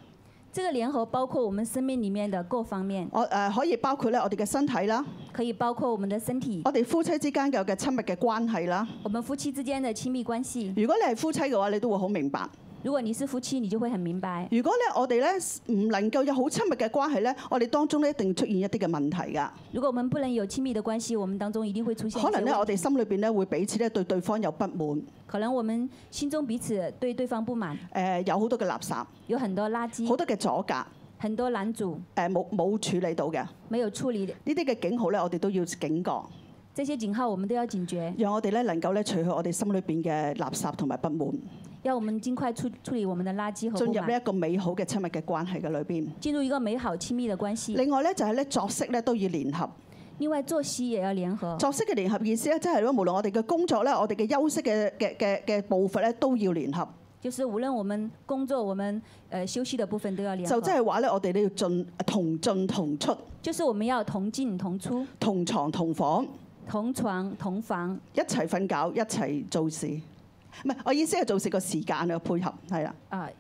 S2: 这个联合包括我们生命里面的各方面，
S1: 我誒、呃可以包括咧我哋嘅身體啦，
S2: 可以包括我们的身体、
S1: 我哋夫妻之間嘅嘅親密嘅關係啦。
S2: 我们夫妻之間的親密關係。
S1: 如果你係夫妻嘅話，你都會好明白。
S2: 如果你是夫妻，你就會很明白。
S1: 如果咧我哋咧唔能夠有好親密嘅關係咧，我哋當中咧一定出現一啲嘅問題㗎。
S2: 如果我們不能有親密的關係，我們當中一定會出現一
S1: 可
S2: 些
S1: 能咧
S2: 問
S1: 我
S2: 題
S1: 哋心裏邊咧會彼此咧對對方有不滿，誒、
S2: 可能我們心中彼此對對方不滿，
S1: 呃有好多嘅垃圾，好
S2: 有很多垃圾，
S1: 多嘅阻隔，誒呃
S2: 很多攔阻
S1: 冇冇處理到嘅。
S2: 沒有處理，
S1: 呢啲嘅警號咧，我哋都要警覺，
S2: 這些警號我們都要警覺，
S1: 讓我哋咧能夠咧除去我哋心裏邊嘅垃圾同埋不滿，
S2: 要我們盡快處處理我們的垃圾和
S1: 進
S2: 不
S1: 入呢
S2: 滿，
S1: 一個美好嘅親密嘅關係嘅裏邊。
S2: 進入一個美好親密的關係。
S1: 另外咧就係咧作息咧都要聯合，
S2: 另外，作息也要聯合，
S1: 作息嘅聯合意思咧即係咧無論我哋嘅工作咧，我哋嘅休息嘅嘅嘅嘅步伐咧都要聯合，
S2: 就是無論我們工作、我們呃休息的部分都要聯合
S1: 就，即係話咧我哋咧要進同進同出，
S2: 就是我們要同進同出，
S1: 同床同房，
S2: 同床同房，
S1: 一齊瞓覺，一齊做事。唔係，我意思係做事個時間嘅配合係啦。
S2: 啊、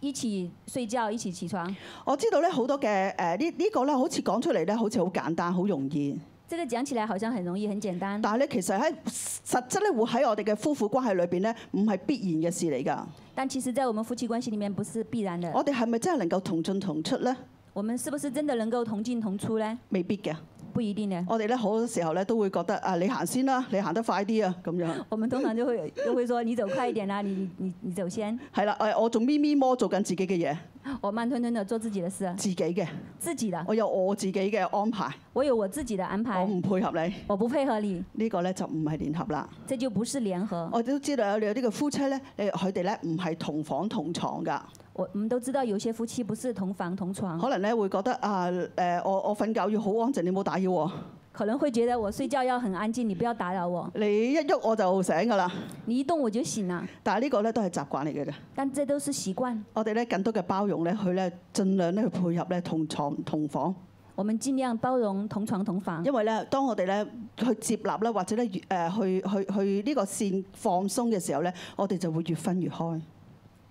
S2: 一起睡覺，一起起床。
S1: 我知道咧好多嘅誒呢呢個咧，好似講出嚟咧，好似好簡單，好容易。
S2: 這個講起來好像很容易、很簡單，
S1: 但係咧，其實喺實質咧，會喺我哋嘅夫婦關係裏邊咧，唔係必然嘅事嚟㗎。
S2: 但其實，在我們夫妻關係裡面不是必然的。
S1: 我哋係咪真係能夠同進同出咧？
S2: 我們是不是真的能夠同進同出呢？
S1: 未必嘅。
S2: 不一定呢。
S1: 我哋咧好多時候咧都會覺得啊，你行先啦，你行得快啲啊，咁樣
S2: 我們通常就會 (laughs) 就會說：“你走快一點啦、你你你你走先，
S1: 係啦。誒，我仲咪咪摸做緊自己嘅嘢，
S2: 我慢吞吞的做自己的事，
S1: 自己嘅，
S2: 自己的，
S1: 我有我自己嘅安排，
S2: 我有我自己的安
S1: 我
S2: 排，
S1: 唔配合你，
S2: 我不配合你，
S1: 呢個咧就唔係聯合啦。
S2: 這就不是聯合。
S1: 我哋都知道有有啲嘅夫妻咧，誒佢哋咧唔係同房同床㗎，
S2: 我我們都知道，有些夫妻不是同房同床，
S1: 可能咧會覺得啊誒、我我瞓覺要好安靜，你冇打擾我，
S2: 可能會覺得我睡覺要很安靜，你不要打擾我，
S1: 你一喐我就醒㗎啦。
S2: 你一動我就醒了。
S1: 但係呢個咧都係習慣嚟嘅啫。
S2: 但這都是習慣，
S1: 我哋咧更多嘅包容咧，佢咧盡量咧去配合咧同床同房，
S2: 我們盡量包容同床同房。
S1: 因為咧當我哋咧去接納咧或者咧越誒去去去呢個線放鬆嘅時候咧，我哋就會越分越開。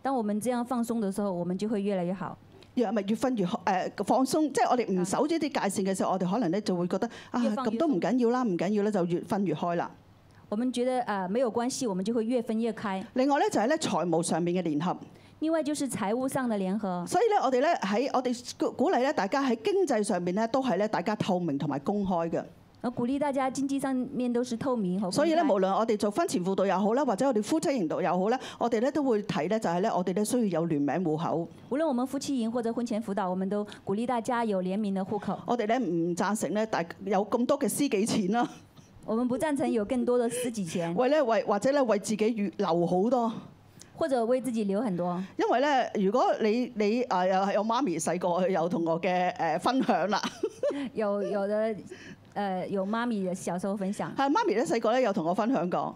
S2: 當我們這樣放鬆的時候，我們就會越來越好。
S1: 若咪越分越開誒、放鬆，即係我哋唔守住啲界線嘅時候，我哋可能咧就會覺得啊
S2: 越放越
S1: 咁都唔緊要啦，唔緊要咧就越分越開啦。
S2: 我們覺得啊、呃沒有關係，我們就會越分越開。
S1: 另外咧就係咧財務上面嘅聯合，
S2: 另外就是財務上的聯合，
S1: 所以咧我哋咧喺我哋鼓鼓勵咧大家喺經濟上面咧都係咧大家透明同埋公開嘅。
S2: 我呃鼓勵大家經濟上面都是透明和公開
S1: 所以咧，無論我哋做婚前輔導又好啦，或者我哋夫妻營導又好咧，我哋咧都會睇咧，就係咧，我哋咧需要有聯名户口。
S2: 無論我們夫妻營或者婚前輔導，我們都鼓勵大家有聯名的戶口。
S1: 我哋咧唔贊成咧，大有咁多嘅私己錢啦，
S2: 我們不贊成有更多的私
S1: (laughs)
S2: 己錢，
S1: 為咧為或者咧為自己預留好多。
S2: 或者為自己留很多。
S1: 因為咧，如果你你啊又係我媽咪細個有同我嘅誒分享啦，
S2: 有有的，呃，有媽咪的小時候分享，
S1: 啊係媽咪咧細個咧有同我分享過，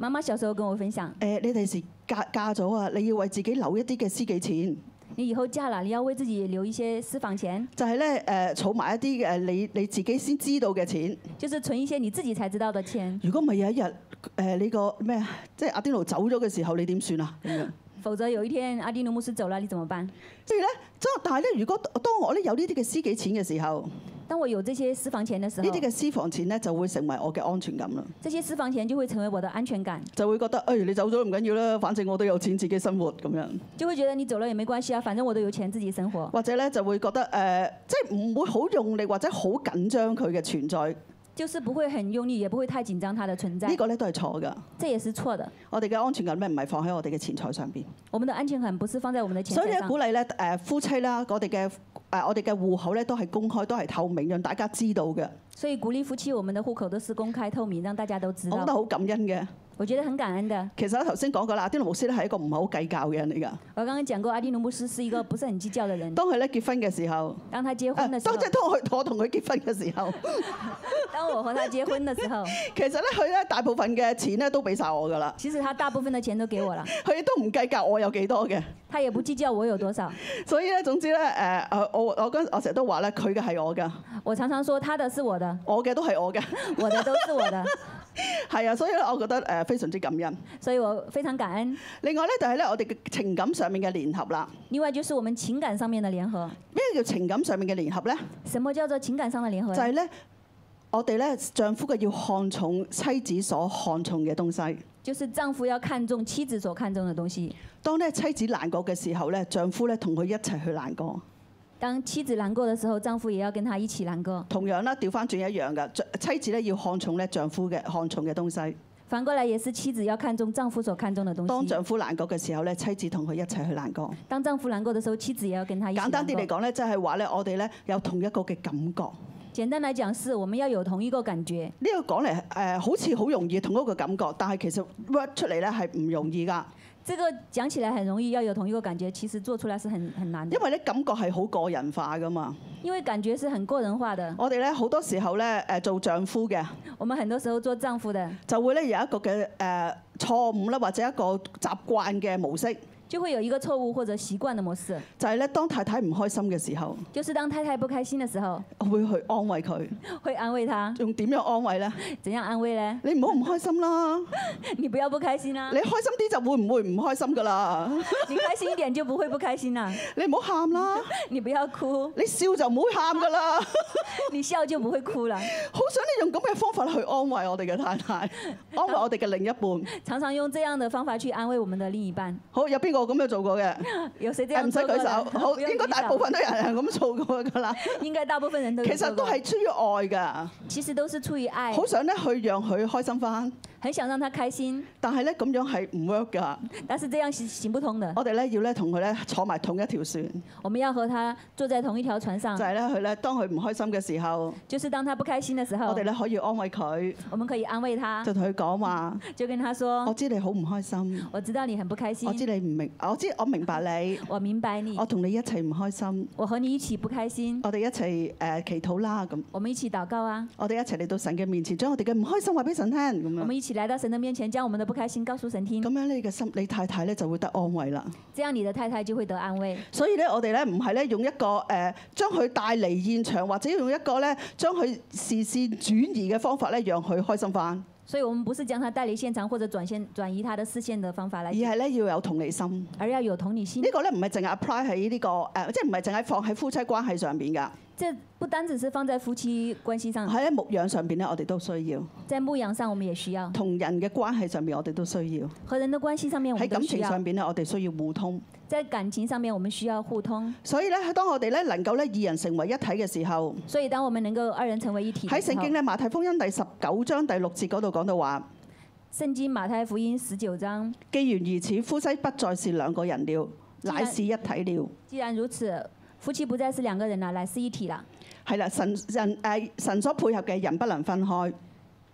S2: 媽媽小時候跟我分享，
S1: 誒、你第時嫁嫁咗啊，你要為自己留一啲嘅私己錢，
S2: 你以後嫁了，你要為自己留一些私房錢，
S1: 就係咧誒儲埋一啲誒你你自己先知道嘅錢。
S2: 就是存一些你自己才知道的錢，
S1: 如果唔係有一日誒、呢個咩啊，即係阿丁奴走咗嘅時候，你點算啊？咁樣。
S2: 否則有一天阿迪努牧師走了，你怎麼辦？
S1: 所以咧，即係但係咧，如果當我咧有呢啲嘅私己錢嘅時候，呢
S2: 當我有這些私房錢的時候
S1: 啲，嘅私房錢咧就會成為我嘅安全感啦，
S2: 這些私房錢就會成為我的安全感，
S1: 就會覺得誒、哎你走咗唔緊要啦，反正我都有錢自己生活咁樣，
S2: 就會覺得你走了也沒關係啊，反正我都有錢自己生活，
S1: 或者咧就會覺得誒、即係唔會好用力或者好緊張佢嘅存在，
S2: 就是不會很用力，也不會太緊張它的存在
S1: 呢，個咧都係錯㗎。
S2: 這也是錯的。
S1: 我哋嘅安全感咧唔係放喺我哋嘅錢財上邊，
S2: 我們的安全感不是放在我們的錢
S1: 所以
S2: 財
S1: 咧
S2: 上
S1: 鼓，勵咧誒、夫妻啦，我哋嘅誒我哋嘅戶口咧都係公開，都係透明，讓大家知道嘅。
S2: 所以鼓勵夫妻，我們的戶口都是公開透明，讓大家都知
S1: 我覺得
S2: 道。
S1: 好感恩嘅。
S2: 我覺得很感恩的。
S1: 其實咧頭先講過啦，丁奴牧師咧係一個唔係好計較嘅人嚟㗎。
S2: 我剛剛講過，阿迪努牧師是一個不是很計較的人。
S1: 當佢咧結婚嘅時候，
S2: 當他結
S1: 啊
S2: 婚的
S1: 當
S2: 時候
S1: 即，係當佢我同佢結婚嘅時候， (laughs)
S2: 當我和他結婚的時候，
S1: 其實咧佢咧大部分嘅錢咧都俾晒我㗎啦，
S2: 其實他大部分的錢都給我了，
S1: 佢都唔計較我有幾多嘅。
S2: 他也不計較我有多少。
S1: 所以咧總之咧誒誒，我我嗰陣我成日都話咧，佢嘅係我㗎，
S2: 我常常說他的是我的，
S1: 我嘅都係我嘅。
S2: 我的都是我的。
S1: (laughs) 係啊，所以咧，我覺得誒非常之感恩。
S2: 所以我非常感恩。
S1: 另外咧，就係咧我哋嘅情感上面嘅聯合啦。
S2: 另外就是我们情感上面的联合，
S1: 咩叫情感上面嘅聯合咧？
S2: 什么叫做情感上的联合
S1: 就
S2: 呀？
S1: 係咧，我哋咧丈夫嘅要看重妻子所看重嘅東西。
S2: 就是丈夫要看重妻子所看重的东西。
S1: 當咧妻子難過嘅時候咧，丈夫咧同佢一齊去難過。
S2: 当妻子难过的时候，丈夫也要跟她一起难过。
S1: 同樣啦，調翻轉一樣㗎，丈妻子咧要看重咧丈夫嘅看重嘅東西。
S2: 反过来也是妻子要看重丈夫所看重的东
S1: 當
S2: 西。
S1: 丈夫難過嘅時候咧，妻子同佢一齊去難過。
S2: 当丈夫難過的時候，妻子也要跟他一起
S1: 簡
S2: 難過。
S1: 單啲嚟講咧，即係話咧，我哋咧有同一個嘅感覺。
S2: 簡單來講，是我們要有同一個感覺。
S1: 呢、個講嚟誒，好似好容易同一個感覺，但係其實 work 出嚟咧係唔容易㗎，
S2: 這個講起來很容易，要有同一個感覺，其實做出來是很很難
S1: 因
S2: 的，
S1: 為咧感覺係好個人化㗎嘛。
S2: 因為感覺是很個人化的。
S1: 我哋咧好多時候咧誒做丈夫嘅
S2: 我們很多時候做丈夫的，
S1: 就會咧有一個嘅誒、錯誤啦，或者一個習慣嘅模式，
S2: 就會有一個錯誤或者習慣的模式，
S1: 就係、咧當太太唔開心嘅時候，
S2: 就是當太太不開心的時候，
S1: 我會去安慰佢，
S2: 會安慰她，
S1: 用點樣安慰咧？
S2: 怎樣安慰呢？
S1: 你唔好唔開心啦，
S2: 你不要不開心啊
S1: 你，
S2: 啦
S1: 開心啲就會唔會唔開心㗎啦，
S2: (laughs) 你開心一點就不會不開心啦。
S1: 你唔好喊啦，
S2: 你不要哭，
S1: 你笑就唔好喊㗎啦，
S2: 你笑就不會哭了。
S1: 好想你用咁嘅方法去安慰我哋嘅太太，安慰我哋嘅另一半。
S2: 常常用這樣的方法去安慰我們的另一半。
S1: 好，有邊個咁樣做過嘅？
S2: 有誰這
S1: 誒
S2: 樣
S1: 哎唔使
S2: 做過
S1: 舉
S2: 呢
S1: 手，好，
S2: 不用
S1: 應該
S2: 舉手
S1: 大部分都有人係咁做過㗎啦。
S2: 應該大部分人都有
S1: 其實
S2: 做
S1: 都
S2: 過
S1: 係出於愛
S2: 其實都是出於愛
S1: 㗎，，好想咧去讓佢開心翻，
S2: 很想讓他開心，
S1: 但係咧咁樣係唔 work 㗎。
S2: 但是這樣是行不通的。
S1: 我哋咧要咧同佢咧坐埋同一條船，就
S2: 我們要和他坐在同一條船上，
S1: 係咧佢咧當佢唔開心嘅時候，
S2: 就是當他不開心的時
S1: 我
S2: 候
S1: 哋，咧可以安慰佢，
S2: 我們可以安慰他，
S1: 就同佢講話：
S2: 就跟他
S1: 我
S2: 說
S1: 知你好唔開：“心，
S2: 我知道你很不開
S1: 嗯哦我知哦
S2: 心，
S1: 你唔明，我知我明白你，
S2: 我明白你
S1: 我，同你一齊唔開心，
S2: 我和你一起不開心，
S1: 我哋一齊誒祈禱啦咁。
S2: 我們一起禱告啊，
S1: 我哋一齊嚟到神嘅面前，將我哋嘅唔開心話俾神聽咁
S2: 我
S1: 樣。
S2: 們一起來到神的面前，將我們的不開心告訴神聽
S1: 咁，樣你嘅心，你太太咧就會得安慰啦。
S2: 這樣你的太太就會得安慰。
S1: 所以咧，我哋咧唔係咧用一個誒、呃、將佢帶離現場，或者用一個咧將佢視線轉移嘅方法咧，讓佢開心翻，
S2: 所以，我們不是將他帶離現場或者轉現轉移他的視線的方法
S1: 而
S2: 來，
S1: 係咧要有同理心。呢、
S2: 而要有同理心。
S1: 個咧唔係淨係 apply 喺呢、個誒、呃即係唔係淨係放喺夫妻關係上邊㗎，
S2: 這不單只是放在夫妻關係上，
S1: 喺咧牧養上邊咧，我哋都需要，
S2: 在牧羊上我們也需要。
S1: 同人嘅關係上邊我哋都需要，
S2: 和人的關係上面，我
S1: 喺
S2: 們都
S1: 感
S2: 需
S1: 情上
S2: 要；
S1: 邊咧，我哋需要互通。
S2: 在感情上面，我們需要互通。
S1: 所以咧，當我哋咧能夠咧二人成為一體嘅時候，
S2: 所以，當我們能夠二人成為一體
S1: 喺
S2: 的時
S1: 聖
S2: 候
S1: 經，咧馬太福音第十九章第六節嗰度講到話。
S2: 聖經馬太福音十九章，
S1: 既然如此，夫妻不再是兩個人了，
S2: 既然
S1: 乃是一體了。
S2: 既然如此，夫妻不再是兩個人了，乃是一體了。
S1: 係啦，神人誒、呃神所配合嘅人不能分開，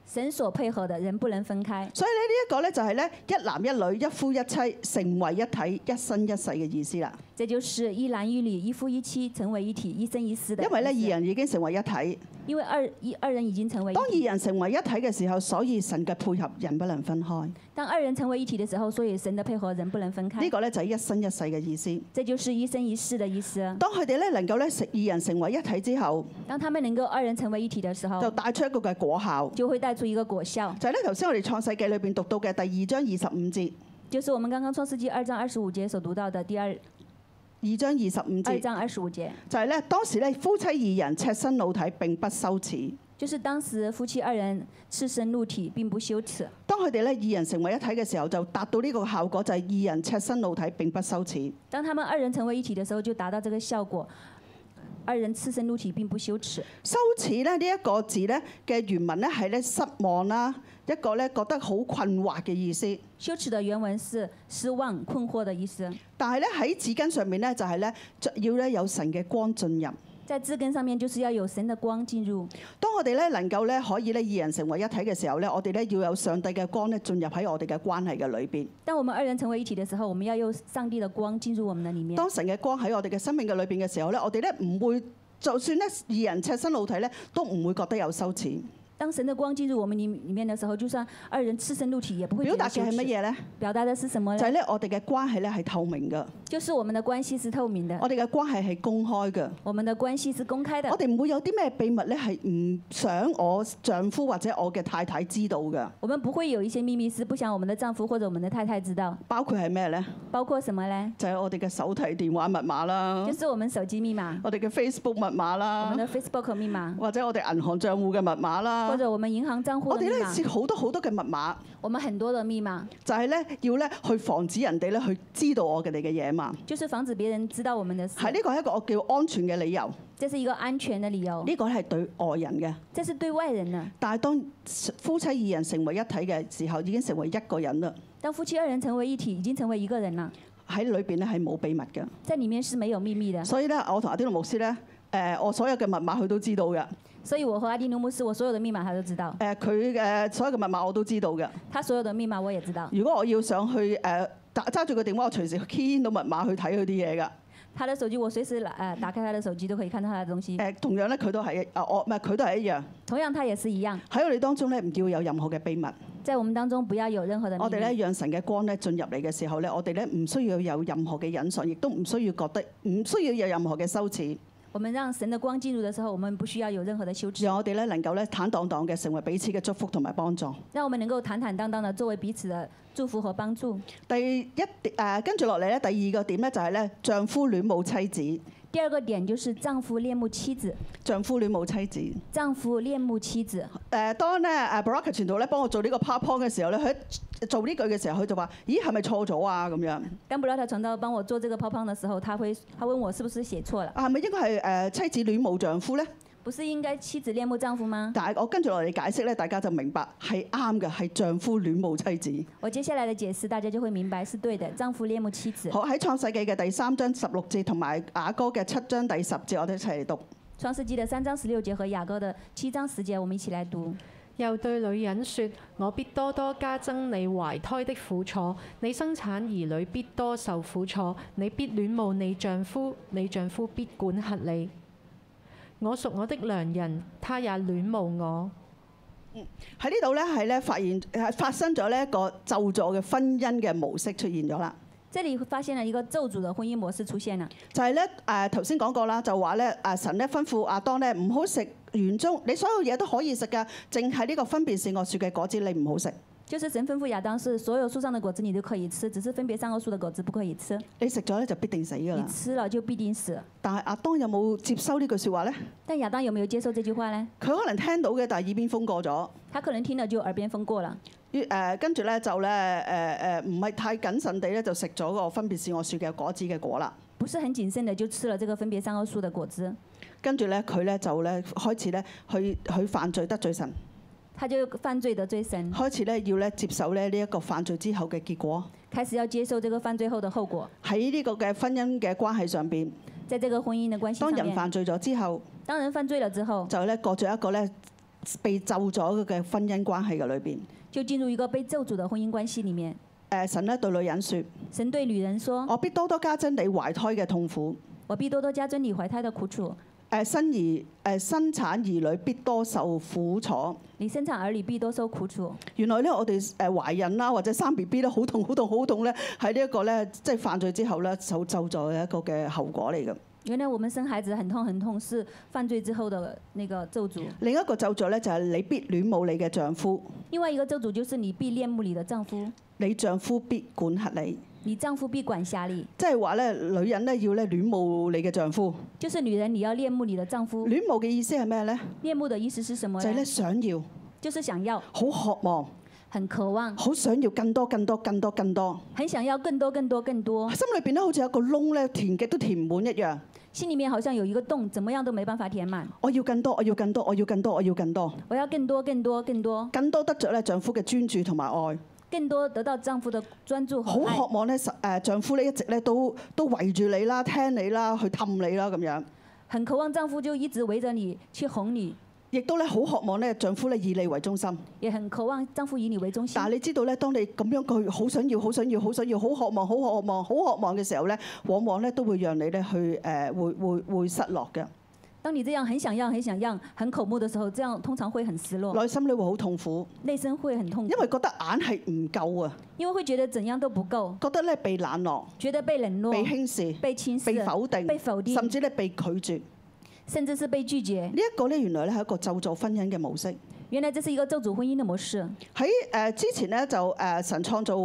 S2: 神所配合的人不能分開，
S1: 所以咧呢一個咧就係咧一男一女、一夫一妻成為一體、一生一世嘅意思啦。
S2: 這就是一男一女、一夫一妻成為一體、一生一世的
S1: 因
S2: 意思。
S1: 為咧二人已經成為一體，
S2: 因為二一二人已經成為
S1: 當二
S2: 一體。
S1: 人成為一體嘅時候，所以神嘅配合人不能分開。呢、
S2: 當二人成為一體的時候，所以神的配合人不能分開。
S1: 個咧就係一生一世嘅意思。
S2: 這就是一生一世的意思。
S1: 當佢哋咧能夠咧成二人成為一體之後，
S2: 當他們能夠二人成為一體的時
S1: 就
S2: 候，
S1: 帶出一個嘅果效，
S2: 就會帶出一個果效。
S1: 就係咧頭先我哋創世記裏邊讀到嘅第二章二十五節，
S2: 就是我們剛剛創世紀二章二十五節所讀到的第二
S1: 二章二十五節
S2: 二。章二十五節，
S1: 就係咧，當時咧夫妻二人赤身露體並不羞恥。
S2: 就是當時夫妻二人赤身露體，並不羞恥。
S1: 當佢哋咧二人成為一體嘅時候，就達到呢個效果，就係二人赤身露體並不羞恥。
S2: 當他們二人成為一體的時候，就達到這個效果。二人赤身露體，並不羞恥。
S1: 羞恥咧呢一個字咧嘅原文咧係咧失望啦，一個咧覺得好困惑嘅意思。
S2: 羞恥的原文是失望、困惑的意思，
S1: 但係咧喺紙巾上面咧就係咧要咧有神嘅光進入。
S2: 在字根上面就是要有神的光進入。
S1: 當我哋咧能夠咧可以咧二人成為一體嘅時候咧，我哋咧要有上帝嘅光咧進入喺我哋嘅關係嘅裏邊。
S2: 當我們二人成為一體的時候，我們要用上帝的光進入我們的裡面。
S1: 當神嘅光喺我哋嘅生命嘅裏邊嘅時候咧，我哋咧唔會就算咧二人赤身露體咧，都唔會覺得有羞恥。
S2: 当神的光进入我们里里面的时候，就算二人赤身露体，也不会
S1: 表
S2: 觉
S1: 達
S2: 得
S1: 嘅係
S2: 羞
S1: 乜
S2: 耻。
S1: 嘢咧？
S2: 表达的是什么
S1: 就
S2: 呢？
S1: 係咧，我哋嘅關係咧係透明嘅，
S2: 就是我们的关系是透明的，
S1: 我哋嘅關係係公開嘅，
S2: 我们的关系是公开的
S1: 我。哋唔會有啲咩秘密咧係唔想我丈夫或者我嘅太太知道嘅，
S2: 我们不会有一些秘密是不想我们的丈夫或者我们的太太知道，
S1: 包括係咩咧？
S2: 包括什么呢？
S1: 就係、我哋嘅手提電話密碼啦
S2: 就，是我们手机密码、
S1: 我哋嘅 Facebook 密碼
S2: 我
S1: 啦
S2: 们，的 Facebook 密码，
S1: 或者我哋銀行帳户嘅密碼啦
S2: 或。者我们银行账户
S1: 我
S2: 的
S1: 哋
S2: 密
S1: 咧
S2: 码，
S1: 設好多好多嘅密碼，
S2: 我们很多的密码，
S1: 就係咧要咧去防止人哋咧去知道我哋嘅嘢嘛。
S2: 就是防止别人知道我们的事
S1: 係。呢個係一個我叫安全嘅理由，
S2: 这是一个安全的理由，
S1: 呢個係對外人嘅。
S2: 这是对外人的。
S1: 但係當夫妻二人成為一體嘅時候，已經成為一個人啦。
S2: 当夫妻二人成为一体，已经成为一个人了，
S1: 喺裏邊咧係冇秘密嘅，
S2: 在里面是没有秘密的。
S1: 所以咧我同阿丁路牧師咧，誒、我所有嘅密碼佢都知道嘅，誒、
S2: 所以我和阿迪努姆斯，我所有的密码他都知道，
S1: 佢嘅所有嘅密碼我都知道嘅。
S2: 他所有的密码我也知道。
S1: 如果我要上去誒打揸住個電話，我隨時 key in 到密碼去睇佢啲嘢㗎。誒、
S2: 他的手机我随时拿呃打开他的手机都可以看到他的东西。
S1: 同樣咧佢都係啊我唔係佢都係一樣。
S2: 同样，他也是一样，
S1: 喺我哋當中咧唔要有任何嘅秘密，
S2: 在我们当中不要有任何的
S1: 我哋
S2: 秘
S1: 咧
S2: 密。
S1: 讓神嘅光咧進入嚟嘅時候咧，我哋咧唔需要有任何嘅隱藏，亦都唔需要覺得唔需要有任何嘅羞恥，
S2: 我们让神的光进入的时候，我们不需要有任何的羞耻，
S1: 讓我哋咧能夠咧坦蕩蕩嘅成為彼此嘅祝福同埋幫助。
S2: 让我们能够坦坦荡荡的作为彼此的祝福和帮助。
S1: 第一點誒，跟住落嚟咧，第二個點咧就係咧，丈夫戀慕妻子，
S2: 第二个点就是丈夫恋慕妻子，
S1: 丈夫戀慕妻子。誒、
S2: 丈夫恋慕妻子。
S1: 當咧誒 Baraka 傳道咧幫我做呢個 PowerPoint 嘅時候咧，佢一做呢句嘅時候，佢就話：咦，係咪錯咗啊？咁樣
S2: 当布拉塔传道帮我做这个泡泡的时候，他会他问我是不是写错了，
S1: 啊，係咪應該係誒、妻子戀慕丈夫咧？
S2: 不是应该妻子恋慕丈夫吗？
S1: 但係我跟住落嚟解釋咧，大家就明白係啱嘅，係丈夫戀慕妻子。
S2: 我接下来的解释大家就会明白是对的，丈夫恋慕妻子。
S1: 好喺創世記嘅第三章十六節同埋雅歌嘅七章第十節，我哋一齊嚟讀。
S2: 创世纪的三章十六节和雅歌的七章十节，我们一起来读。
S3: 又對女人說：我必多多加增你懷胎的苦楚，你生產兒女必多受苦楚，你必戀慕你丈夫，你丈夫必管轄你。我屬我的良人，他也戀慕我。
S1: 喺呢度咧係咧發現係發生咗呢一個咒詛嘅婚姻嘅模式出現咗啦。
S2: 这里发现了一个咒诅的婚姻模式出现了，
S1: 就係咧誒頭先講過啦，就話咧誒神咧吩咐阿當咧唔好食園中，你所有嘢都可以食㗎，淨係呢個分別善惡樹嘅果子你唔好食。
S2: 就是神吩咐亚当是所有树上的果子你都可以吃，只是分别善恶树的果子不可以吃，
S1: 你食咗咧就必定死㗎
S2: 你
S1: 啦。
S2: 吃了就必定死。
S1: 但係阿當有冇接收呢句説話咧？
S2: 但亚当有没有接受这句话呢？
S1: 佢可能聽到嘅，但係耳邊風過咗。
S2: 他可能听了就耳边风过了，
S1: 於誒跟住咧就咧誒誒唔係太謹慎地咧就食咗個分別善惡樹嘅果子嘅果啦。
S2: 不是很谨慎的就吃了这个分别善恶树的果子，
S1: 跟住咧佢咧就咧開始咧去去犯罪得罪神，
S2: 他就犯罪得罪神，
S1: 開始咧要咧接受咧呢一個犯罪之後嘅結果。
S2: 开始要接受这个犯罪后的后果。
S1: 喺呢個嘅婚姻嘅關係上邊，
S2: 在这个婚姻的关系上
S1: 當人
S2: 面，
S1: 犯罪咗之後，
S2: 当人犯罪了之后，
S1: 就咧過咗一個咧被咒咗嘅婚姻關係嘅裏邊。
S2: 就进入一个被咒诅的婚姻关系里面。
S1: 誒神咧對女人説：
S2: 神对女人说
S1: 我必多多加增你懷胎嘅痛苦，：“
S2: 我必多多加增你怀胎的苦楚，
S1: 誒生兒誒生產兒女必多受苦楚。
S2: 你生产儿女必多受苦楚。
S1: 原來咧我哋誒懷孕啦或者生 B B 咧好痛好痛好痛咧，喺呢一個咧即係犯罪之後咧受咒咗嘅一個嘅後果嚟嘅。
S2: 原来我们生孩子很痛很痛，是犯罪之后的那个咒诅。
S1: 另一個咒咗咧就係你必戀慕你嘅丈夫，
S2: 另外一个咒诅就是你必恋慕你的丈夫，
S1: 你丈夫必管轄你。
S2: 你丈夫必管辖你。
S1: 即係話咧，女人咧要咧戀慕你嘅丈夫。
S2: 就是女人，你要恋慕你的丈夫。
S1: 戀慕嘅意思係咩咧？
S2: 恋慕的意思是什么
S1: 就係
S2: 呢
S1: 咧？想要，
S2: 就是想要，
S1: 好渴望，
S2: 很渴望，
S1: 好想要更多、更多、更多、更多。
S2: 很想要更多更多更多。
S1: 心裏邊咧好似有個窿咧，填極都填唔滿一樣。
S2: 心里面好像有一个洞，怎么样都没办法填满。
S1: 我要更多，我要更多，我要更多，我要更多，
S2: 我要更多更多更多
S1: 更多得着咧丈夫嘅專注同埋愛。
S2: 更多得到丈夫的专注
S1: 好
S2: 和爱
S1: 渴。望咧，實誒丈夫咧一直咧都都圍住你啦、聽你啦、去氹你啦咁樣。
S2: 很渴望丈夫就一直围着你去哄你，
S1: 亦都咧好渴望咧丈夫咧以你為中心。
S2: 也很渴望丈夫以你为中心
S1: 但。係你知道咧，當你咁樣去好想要、好想要、好想要、好渴望、好渴望、好渴望嘅時候咧，往往咧都會讓你咧去誒、呃、會會會失落嘅。
S2: 当你这样很想要、很想要、很口目的时候，这样通常会很失落，
S1: 內心裏會好痛苦，
S2: 内心会很痛
S1: 因
S2: 苦，
S1: 為覺得硬係唔夠啊，
S2: 因为會觉得怎样都不够，
S1: 覺得咧被冷落、
S2: 觉得被冷落、
S1: 被輕視、
S2: 被轻视
S1: 被、否定
S2: 哦啊被否，定嗯
S1: 甚至咧被拒絕。
S2: 甚至是被拒绝。
S1: 呢一個咧原來咧係一個咒詛婚姻嘅模式。
S2: 原来这是一个咒诅婚姻的模式。
S1: 喺誒之前咧就誒神創造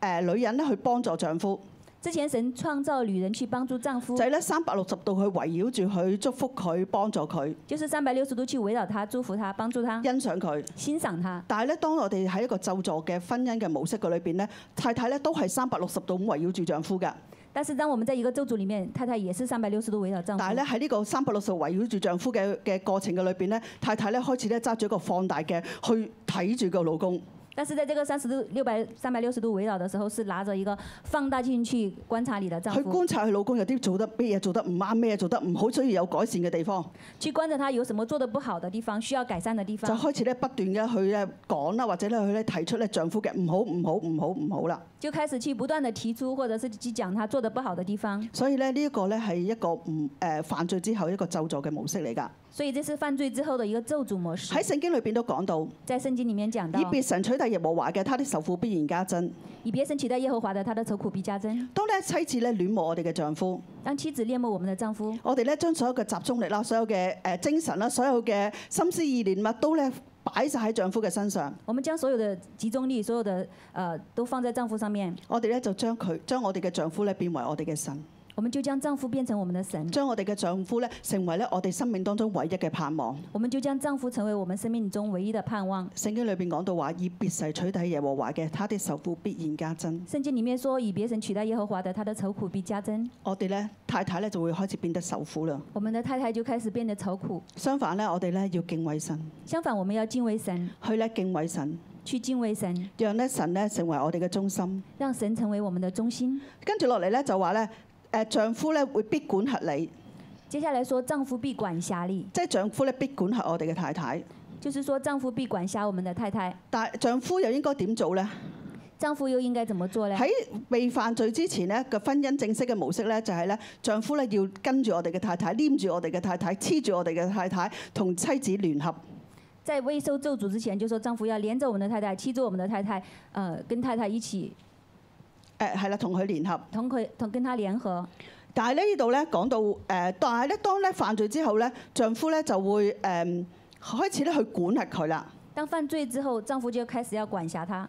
S1: 誒女人咧去幫助丈夫，
S2: 之前神创造女人去帮助丈夫
S1: 就，係咧三百六十度去圍繞住佢、祝福佢、幫助佢、
S2: 就是三百六十度去围绕她、祝福她、帮助她、
S1: 欣賞佢。
S2: 欣赏她。
S1: 但係咧，當我哋喺一個咒助嘅婚姻嘅模式嘅裏邊咧，太太咧都係三百六十度咁圍繞住丈夫㗎。
S2: 但是当我们在一个咒诅里面，太太也是三百六十度围绕丈
S1: 但係
S2: 夫
S1: 咧。喺呢個三百六十度圍繞住丈夫嘅嘅過程嘅裏邊咧，太太咧開始咧揸住一個放大鏡去睇住個老公，
S2: 但是在这个三十度六百三百六十度围绕的时候，是拿着一个放大镜去观察你的丈
S1: 去
S2: 夫，
S1: 觀察佢老公有啲做得咩嘢做得唔啱，咩嘢做得唔好，需要有改善嘅地方，
S2: 去观察他有什么做的不好的地方，需要改善的地
S1: 就
S2: 方，
S1: 開始咧不斷嘅去咧講啦，或者咧佢咧提出咧丈夫嘅唔好、唔好、唔好、唔好啦。
S2: 就开始去不断的提出或者是去讲他做的不好的地方。
S1: 所以咧呢一個咧係一個唔誒犯罪之後一個咒助嘅模式嚟㗎。
S2: 所以这是犯罪之后的一个咒诅模式
S1: 喺。聖經裏邊都講到。
S2: 在圣经里面讲到
S1: 以，別神取代耶和華嘅，他的仇婦必然加增。
S2: 以别神取代耶和华的，他的愁苦必加增。
S1: 當咧妻子咧戀慕我哋嘅丈夫，
S2: 当妻子恋慕我们的丈夫，
S1: 我哋咧將所有嘅集中力啦、所有嘅誒精神啦、所有嘅心思意念物啊都咧擺晒喺丈夫嘅身上，
S2: 我们将所有的集中力、所有的呃都放在丈夫上面，
S1: 我哋咧就將佢將我哋嘅丈夫咧變為我哋嘅神，
S2: 我们就将丈夫变成我们的神，
S1: 將我哋嘅丈夫咧成為咧我哋生命當中唯一嘅盼望。
S2: 我们就将丈夫成为我们生命中唯一的盼望。
S1: 聖經裏邊講到話，以別神取代耶和華嘅，他的仇婦必然加增。
S2: 圣经里面说，以别神取代耶和华的，他的愁苦必加增。
S1: 我哋咧太太咧就會開始變得仇婦啦。
S2: 我们的太太就开始变得愁苦。
S1: 相反咧，我哋咧要敬畏神，
S2: 相反，我们要敬畏神，
S1: 去咧敬畏神，
S2: 去敬畏神，
S1: 讓咧神咧成為我哋嘅中心。
S2: 让神成为我们的中心。
S1: 跟住落嚟咧就話咧，誒丈夫咧會必管轄你，
S2: 接下来说，丈夫必管辖力，
S1: 即係丈夫咧必管轄我哋嘅太太。
S2: 就是说丈夫必管辖我们的太太。
S1: 但係丈夫又應該點做咧？
S2: 丈夫又应该怎么做呢？
S1: 喺未犯罪之前咧嘅婚姻正式嘅模式咧就係咧，丈夫咧要跟住我哋嘅太太，黏住我哋嘅太太，黐住我哋嘅太太，同妻子聯合。
S2: 在未受咒诅之前，就说丈夫要连着我们的太太，欺着我们的太太，呃，跟太太一起
S1: 誒係啦，同佢聯合。
S2: 同佢同跟他联合。
S1: 但係咧呢度咧講到誒，但係咧當咧犯罪之後咧，丈夫咧就會誒、開始咧去管轄佢啦。
S2: 当犯罪之后，丈夫就开始要管辖她。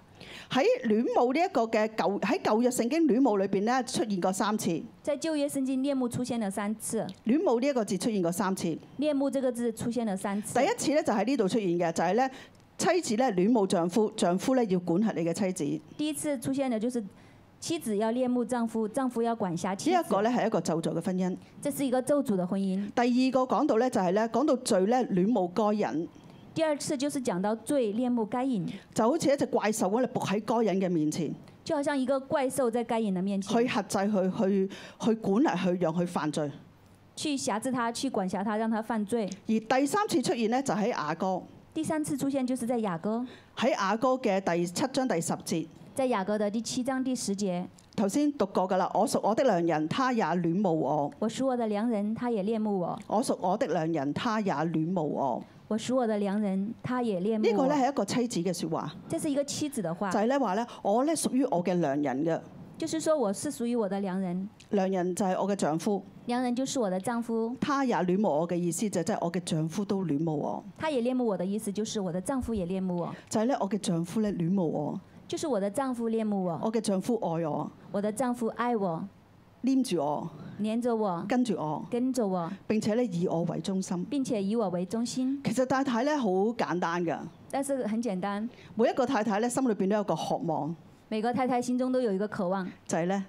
S1: 喺戀慕呢一個嘅舊喺舊約聖經戀慕裏邊咧出現過三次。
S2: 在旧约圣经，恋慕出现了三次，
S1: 戀慕呢一個字出現過三次，第
S2: 恋慕这个字出现了三次。
S1: 一次咧就喺呢度出現嘅，就係、咧妻子咧戀慕丈夫，丈夫咧要管轄你嘅妻子。呢
S2: 第一次出现的就是妻子要恋慕丈夫，丈夫要管辖妻
S1: 一個
S2: 子。
S1: 咧係一個咒詛嘅婚姻。
S2: 这是一个咒诅的婚姻。
S1: 第二個講到咧就係咧講到罪咧戀慕該人，
S2: 第二次就是讲到罪恋慕该隐，
S1: 就好似一隻怪獸咁嚟伏喺該人嘅面前，
S2: 就好像一个怪兽在该隐的面
S1: 去
S2: 前
S1: 轄制佢，去去管轄佢，讓佢犯罪。
S2: 去辖制他，去管辖他，让他犯罪。
S1: 而第三次出現咧就喺雅歌，
S2: 第三次出现就是在雅歌，
S1: 喺雅歌嘅第七章第十節。
S2: 在雅歌的第七章第十节，
S1: 頭先讀過㗎啦，我屬我的良人，他也戀慕我；
S2: 我属我的良人，他也恋慕我；
S1: 我屬我的良人，他也戀慕我。
S2: 我属我的良人，他也恋慕
S1: 呢個咧
S2: 我。
S1: 係一個妻子嘅説話，
S2: 这是一个妻子的话
S1: 就，係咧話咧，我咧屬於我嘅良人嘅，
S2: 就是说我是属于我的良人，
S1: 良人就係我嘅丈夫，
S2: 良人就是我的丈夫，
S1: 他也戀慕我嘅意思就即係我嘅丈夫都戀慕我，
S2: 他也恋慕我的意思就是我的丈夫也恋慕我。
S1: 就係咧我嘅丈夫咧戀慕我，
S2: 就是我的丈夫恋慕我，
S1: 我嘅丈夫愛我，
S2: 我的丈夫爱我，
S1: 黏住我，
S2: 黏着我，
S1: 跟住我，
S2: 跟着我，
S1: 並且咧以我為中心。
S2: 并且以我为中心。
S1: 其實太太咧好簡單㗎，
S2: 但是很简单，
S1: 每一個太太咧心裏邊都有個渴望，
S2: 每个太太心中都有一个渴望，
S1: 就係咧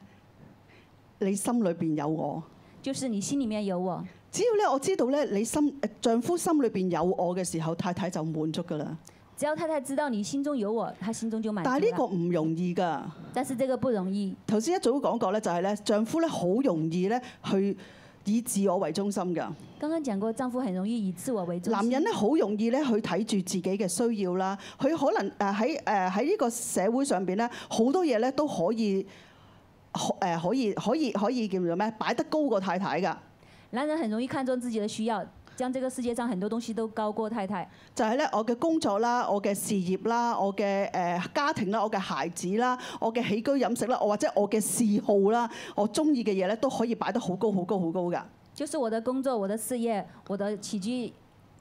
S1: 你心裏邊有我。
S2: 就是你心里面有我。
S1: 只要咧我知道咧你心呃丈夫心裏邊有我嘅時候，太太就滿足㗎啦。
S2: 只要太太知道你心中有我，她心中就满足
S1: 但係呢個
S2: 了。
S1: 唔容易㗎。
S2: 但是这个不容易。
S1: 頭先一早講過咧，就係咧丈夫咧好容易咧去以自我為中心㗎。
S2: 刚刚讲过，丈夫很容易以自我为中
S1: 男
S2: 心。
S1: 人咧好容易咧去睇住自己嘅需要啦，佢可能誒喺誒喺呢個社會上邊咧好多嘢咧都可以。可誒可以可以可以叫做咩？擺得高過太太㗎，
S2: 男人很容易看重自己的需要，将这个世界上很多东西都高过太太。
S1: 就係咧我嘅工作啦、我嘅事業啦、我嘅誒家庭啦、我嘅孩子啦、我嘅起居飲食啦，我或者我嘅嗜好啦，我中意嘅嘢咧都可以擺得好高、好高、好高㗎。
S2: 就是我的工作、我的事业、我的起居、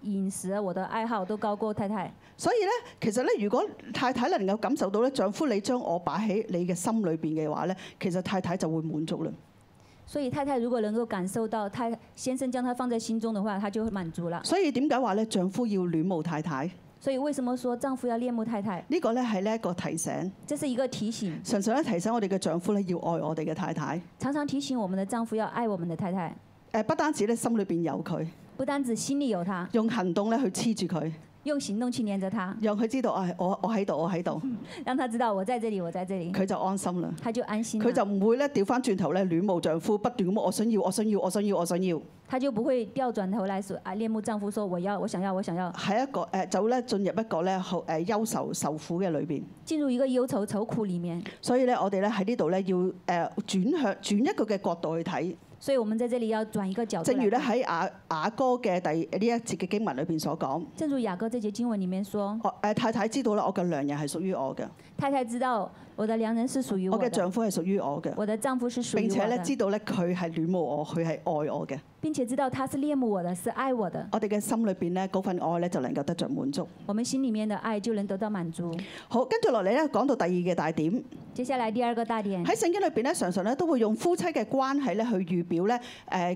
S2: 饮食、我的爱好都高过太太。
S1: 所以咧，其實咧，如果太太能夠感受到咧，丈夫你將我擺喺你嘅心裏邊嘅話咧，其實太太就會滿足啦。
S2: 所以太太如果能够感受到太先生将她放在心中的话，她就会满足了。
S1: 所以點解話咧，丈夫要戀慕太太？
S2: 所以为什么说丈夫要恋慕太太？
S1: 呢個咧係呢一個提醒，
S2: 这是一个提醒，
S1: 常常咧提醒我哋嘅丈夫咧要愛我哋嘅太太。
S2: 常常提醒我们的丈夫要爱我们的太太，
S1: 誒不單止咧心裏邊有佢，
S2: 不单只心里有她，
S1: 用行動咧去黐住佢，
S2: 用行动去黏着她，
S1: 讓佢知道啊、我我喺度，我喺度，
S2: 让她知道我在这里，我在这里，
S1: 佢就安心啦。
S2: 她就安心
S1: 佢就
S2: 了。
S1: 唔會咧調翻轉頭咧戀慕丈夫，不斷咁我想要，我想要，我想要，我想要，
S2: 她就不会掉转头来说啊恋慕丈夫说我要我想要我想要，
S1: 喺一個誒就咧進入一個咧好誒憂愁受苦嘅裏邊。
S2: 进入一个忧愁愁苦里面。
S1: 所以咧，我哋咧喺呢度咧要誒轉向轉一個嘅角度去睇，
S2: 所以我们在这里要转一个角度
S1: 正
S2: 来
S1: 如咧
S2: 看
S1: 喺雅雅歌嘅第呢一節嘅經文裏邊所講，
S2: 正如雅各这节经文里面说，
S1: 我誒太太知道啦，我嘅良人係屬於我嘅，
S2: 太太知道我的良人是属于
S1: 我嘅
S2: 的，
S1: 丈夫係屬於我嘅，
S2: 我的丈夫是属于
S1: 並
S2: 我
S1: 且咧
S2: 的，
S1: 知道咧佢係戀慕我，佢係愛我嘅，
S2: 并且知道他是恋慕我的，是爱我的，
S1: 我哋嘅心裏邊咧嗰份愛咧就能夠得着滿足。
S2: 我们心里面的爱就能得到满足。
S1: 好，跟住落嚟咧講到第二嘅大點，
S2: 接下来第二个大点，
S1: 喺聖經裏邊咧常常咧都會用夫妻嘅關係咧去預表咧誒、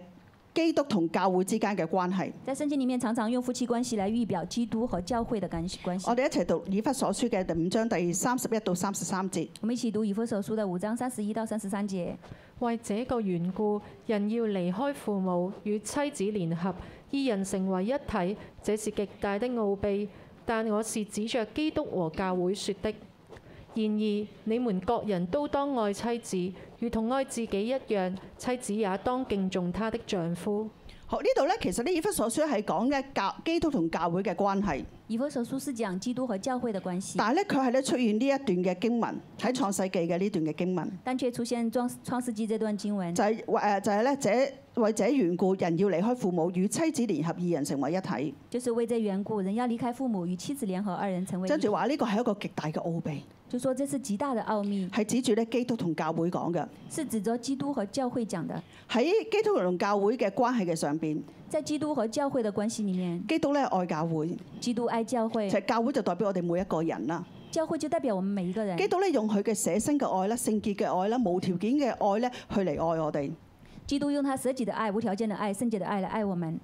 S1: 基督同教會之間嘅關係。
S2: 在圣经里面常常用夫妻关系来预表基督和教会的关系关系
S1: 我。哋一齊讀以弗所書嘅第五章第三十一到三十三節。
S2: 我们一起读以弗所书的五章三十一到三十三节。
S3: 為這個緣故，人要離開父母，與妻子聯合，二人成為一體，這是極大的奧秘。但我是指着基督和教會說的。然而，你們各人都當愛妻子，如同愛自己一樣；妻子也當敬重她的丈夫。
S1: 好呢度咧，其實呢以弗所書係講嘅教基督同教會嘅關係，
S2: 以弗所书是讲基督和教会的关系，
S1: 但係咧佢係咧出現呢一段嘅經文喺創世記嘅呢段嘅經文，
S2: 但却出現创创世纪这段經文，
S1: 就係、為誒就係咧這為這緣故，人要離開父母與妻子聯合，二人成為一體。
S2: 就是为这缘故，人要离开父母，与妻子聯合，二人成為一
S1: 跟住話呢個係一個極大嘅奧秘，
S2: 就说这是极大的奥秘，
S1: 係指住咧基督同教會講嘅。
S2: 是指着基督和教会講的。
S1: 喺基督同教會嘅關係嘅上邊，
S2: 在基督和教会的关系里面，
S1: 基督咧愛教會，
S2: 基督愛教会
S1: 其，實教會就代表我哋每一個人啦。
S2: 教会就代表我們每一个人
S1: 基。督咧用佢嘅捨身嘅愛啦、聖潔嘅愛啦、無條件嘅愛咧，去嚟愛我哋。
S2: 基督用他舍己的爱、无条件的爱、圣洁的爱来愛我們。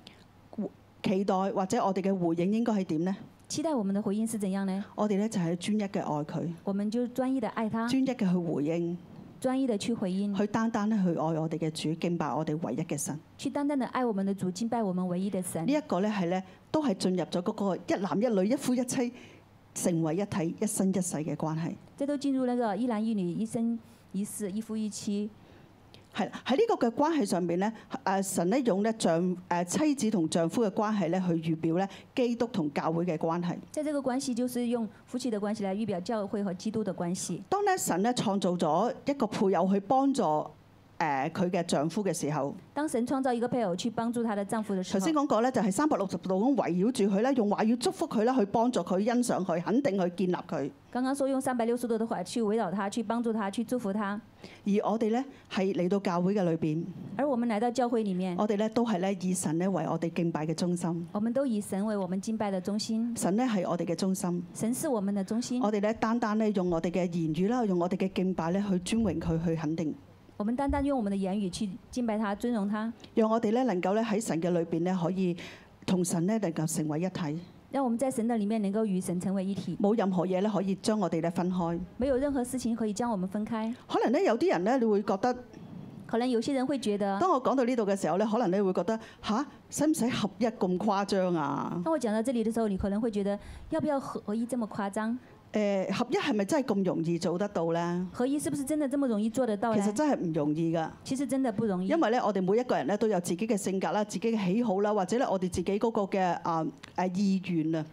S1: 期待或者我哋嘅回應應該係點呢？
S2: 期待我們的回應是怎樣呢？
S1: 我哋咧就係專一嘅愛佢，
S2: 我們就專一的愛他，
S1: 專一嘅去回應，
S2: 專一的去回應，
S1: 去單單咧去愛我哋嘅主，敬拜我哋唯一嘅神。
S2: 去單單的愛我們的主，敬拜我們唯一的神
S1: 呢。一個咧係咧都係進入咗嗰個一男一女、一夫一妻成為一體、一生一世嘅關係。
S2: 这都进入那个一男一女、一生一世、一夫一妻。
S1: 係啦喺呢個嘅關係上邊咧，誒神咧用咧丈誒妻子同丈夫嘅關係咧去預表咧基督同教會嘅關係。
S2: 在这个关系，就是用夫妻的關係來預表教会和基督的關係。
S1: 當咧神咧創造咗一個配偶去幫助誒佢嘅丈夫嘅時候，
S2: 當神創造一個配偶去幫助她的丈夫的時
S1: 頭
S2: 候
S1: 先，講過咧，就係三百六十度咁圍繞住佢啦，用話語祝福佢啦，去幫助佢、欣賞佢、肯定佢、建立佢。
S2: 剛剛說用三百六十度的話去圍繞他，去幫助他，去祝福他。
S1: 而我哋咧係嚟到教會嘅裏邊，
S2: 而我們來到教会里面，
S1: 我哋咧都係咧以神咧為我哋敬拜嘅中心，
S2: 我們都以神為我們敬拜的中心，
S1: 神咧係我哋嘅中心。
S2: 神是我們的中心。
S1: 我哋咧單單咧用我哋嘅言語啦，用我哋嘅敬拜咧去尊榮佢，去肯定，
S2: 我們单单用我們的言語去敬拜他、尊荣他，
S1: 讓我哋咧能夠咧喺神嘅裏邊咧可以同神咧能夠成為一體，
S2: 让我們在神的里面能夠與神成為一體，
S1: 冇任何嘢咧可以將我哋咧分開。
S2: 沒有任何事情可以將我們分開。
S1: 可能咧有啲人咧，你會覺得，
S2: 可能有些人會覺得，
S1: 當我講到呢度嘅時候咧，可能你會覺得吓，使唔使合一咁誇張啊？
S2: 當我講到這裡的時候，你可能會覺得，要不要合一這麼誇張？
S1: 誒、合一係咪真係咁容易做得到呢？
S2: 合一是不是真的這麼容易做得到
S1: 其
S2: 呢
S1: 實？真係唔容易㗎，
S2: 其實真的不容易
S1: 因，為咧我哋每一個人咧都有自己嘅性格啦、自己嘅喜好啦，或者咧我哋自己嗰個嘅啊誒意願啊。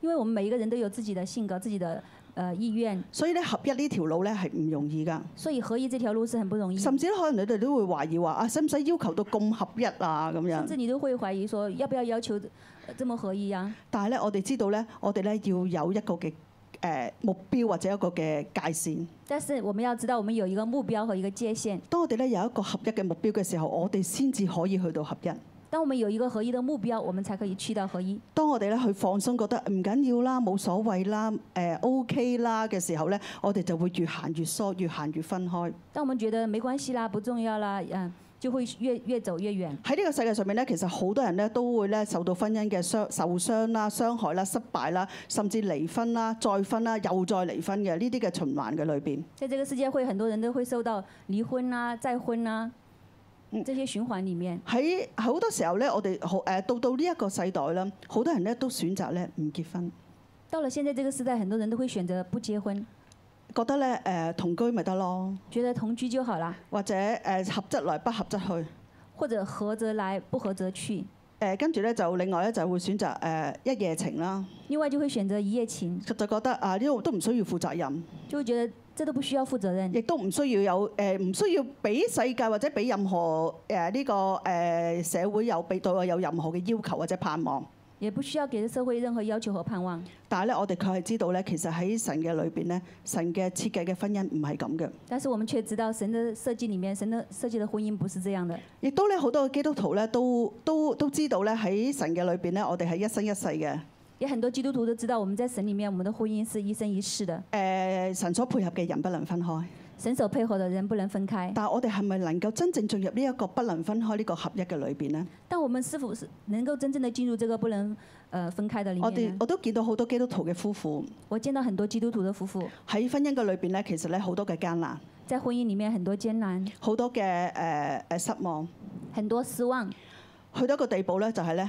S2: 因為我們每一個人都有自己的性格、自己的呃意愿，
S1: 所以咧合一呢條路咧係唔容易㗎，
S2: 所以合一這條路是很不容易，甚
S1: 甚至咧可能你哋都會懷疑話啊，使唔使要求到咁合一啊咁樣？
S2: 至你都會懷疑說要不要要求呃這麼合一啊？
S1: 但係咧，我哋知道咧，我哋咧要有一個嘅誒、呃目標或者一個嘅界線。
S2: 但是我們要知道，我們有一個目標和一個界限。
S1: 當我哋咧有一個合一嘅目標嘅時候，我哋先至可以去到合一。
S2: 當我們有一個合一的目標，我們才可以去到合一。
S1: 當我哋咧去放鬆，覺得唔緊要啦，冇所謂啦，誒、OK 啦嘅時候咧，我哋就會越行越疏，越行越分開。
S2: 當我們覺得沒關係啦，不重要啦，嗯，就會越越走越遠。
S1: 喺呢個世界上面咧，其實好多人咧都會咧受到婚姻嘅傷受傷啦、傷害啦、失敗啦，甚至離婚啦、再婚啦、又再離婚嘅呢啲嘅循環嘅裏邊。
S2: 在這個世界會，很多人都會受到離婚啊、再婚啊
S1: 嗯
S2: 這些循環裡面。
S1: 喺好多時候咧，我哋好誒到到呢一個世代啦，好多人咧都選擇咧唔結婚，
S2: 到了現在這個時代，很多人都會選擇不結婚，
S1: 覺得咧誒、同居咪得咯，
S2: 覺得同居就好啦，
S1: 或者誒、合則來不合則去。
S2: 或者合則來，不合則去。
S1: 誒跟住咧就另外咧就會選擇誒、呃一夜情啦，
S2: 另外就會選擇一夜情，
S1: 就覺得啊呢度都唔需要負責任，
S2: 就會覺得這都不需要負責任，
S1: 亦都唔需要有誒唔、需要俾世界或者俾任何呃誒呢、個誒、社會有俾對我有任何嘅要求或者盼望。
S2: 也不需要給社會任何要求和盼望。
S1: 但係咧，我哋卻係知道咧，其實喺神嘅裏邊咧，神嘅設計嘅婚姻唔係咁嘅。
S2: 但是我們卻知道，神的設計裡面，神的設計的婚姻不是這樣的。
S1: 亦都咧好多嘅基督徒咧都都都知道咧喺神嘅裏邊咧，我哋係一生一世嘅。誒、
S2: 也很多基督徒都知道，我們在神裡面，我們的婚姻是一生一世的，
S1: 呃神所配合嘅人不能分開。
S2: 神所配合的人不能分開。
S1: 但係我哋係咪能夠真正進入呢一個不能分開呢個合一嘅裏邊呢？
S2: 但我們是否是能夠真正的进入這個不能呃分開的裡
S1: 我
S2: 面
S1: 哋
S2: 呢？
S1: 我都見到好多基督徒嘅夫婦
S2: 我見到很多基督徒的夫婦
S1: 喺婚姻嘅裏邊咧，其實咧好多嘅艱難，
S2: 在婚姻裡面很多艱難，
S1: 好多嘅誒誒失望，
S2: 很多失望，
S1: 去到一個地步咧，就係咧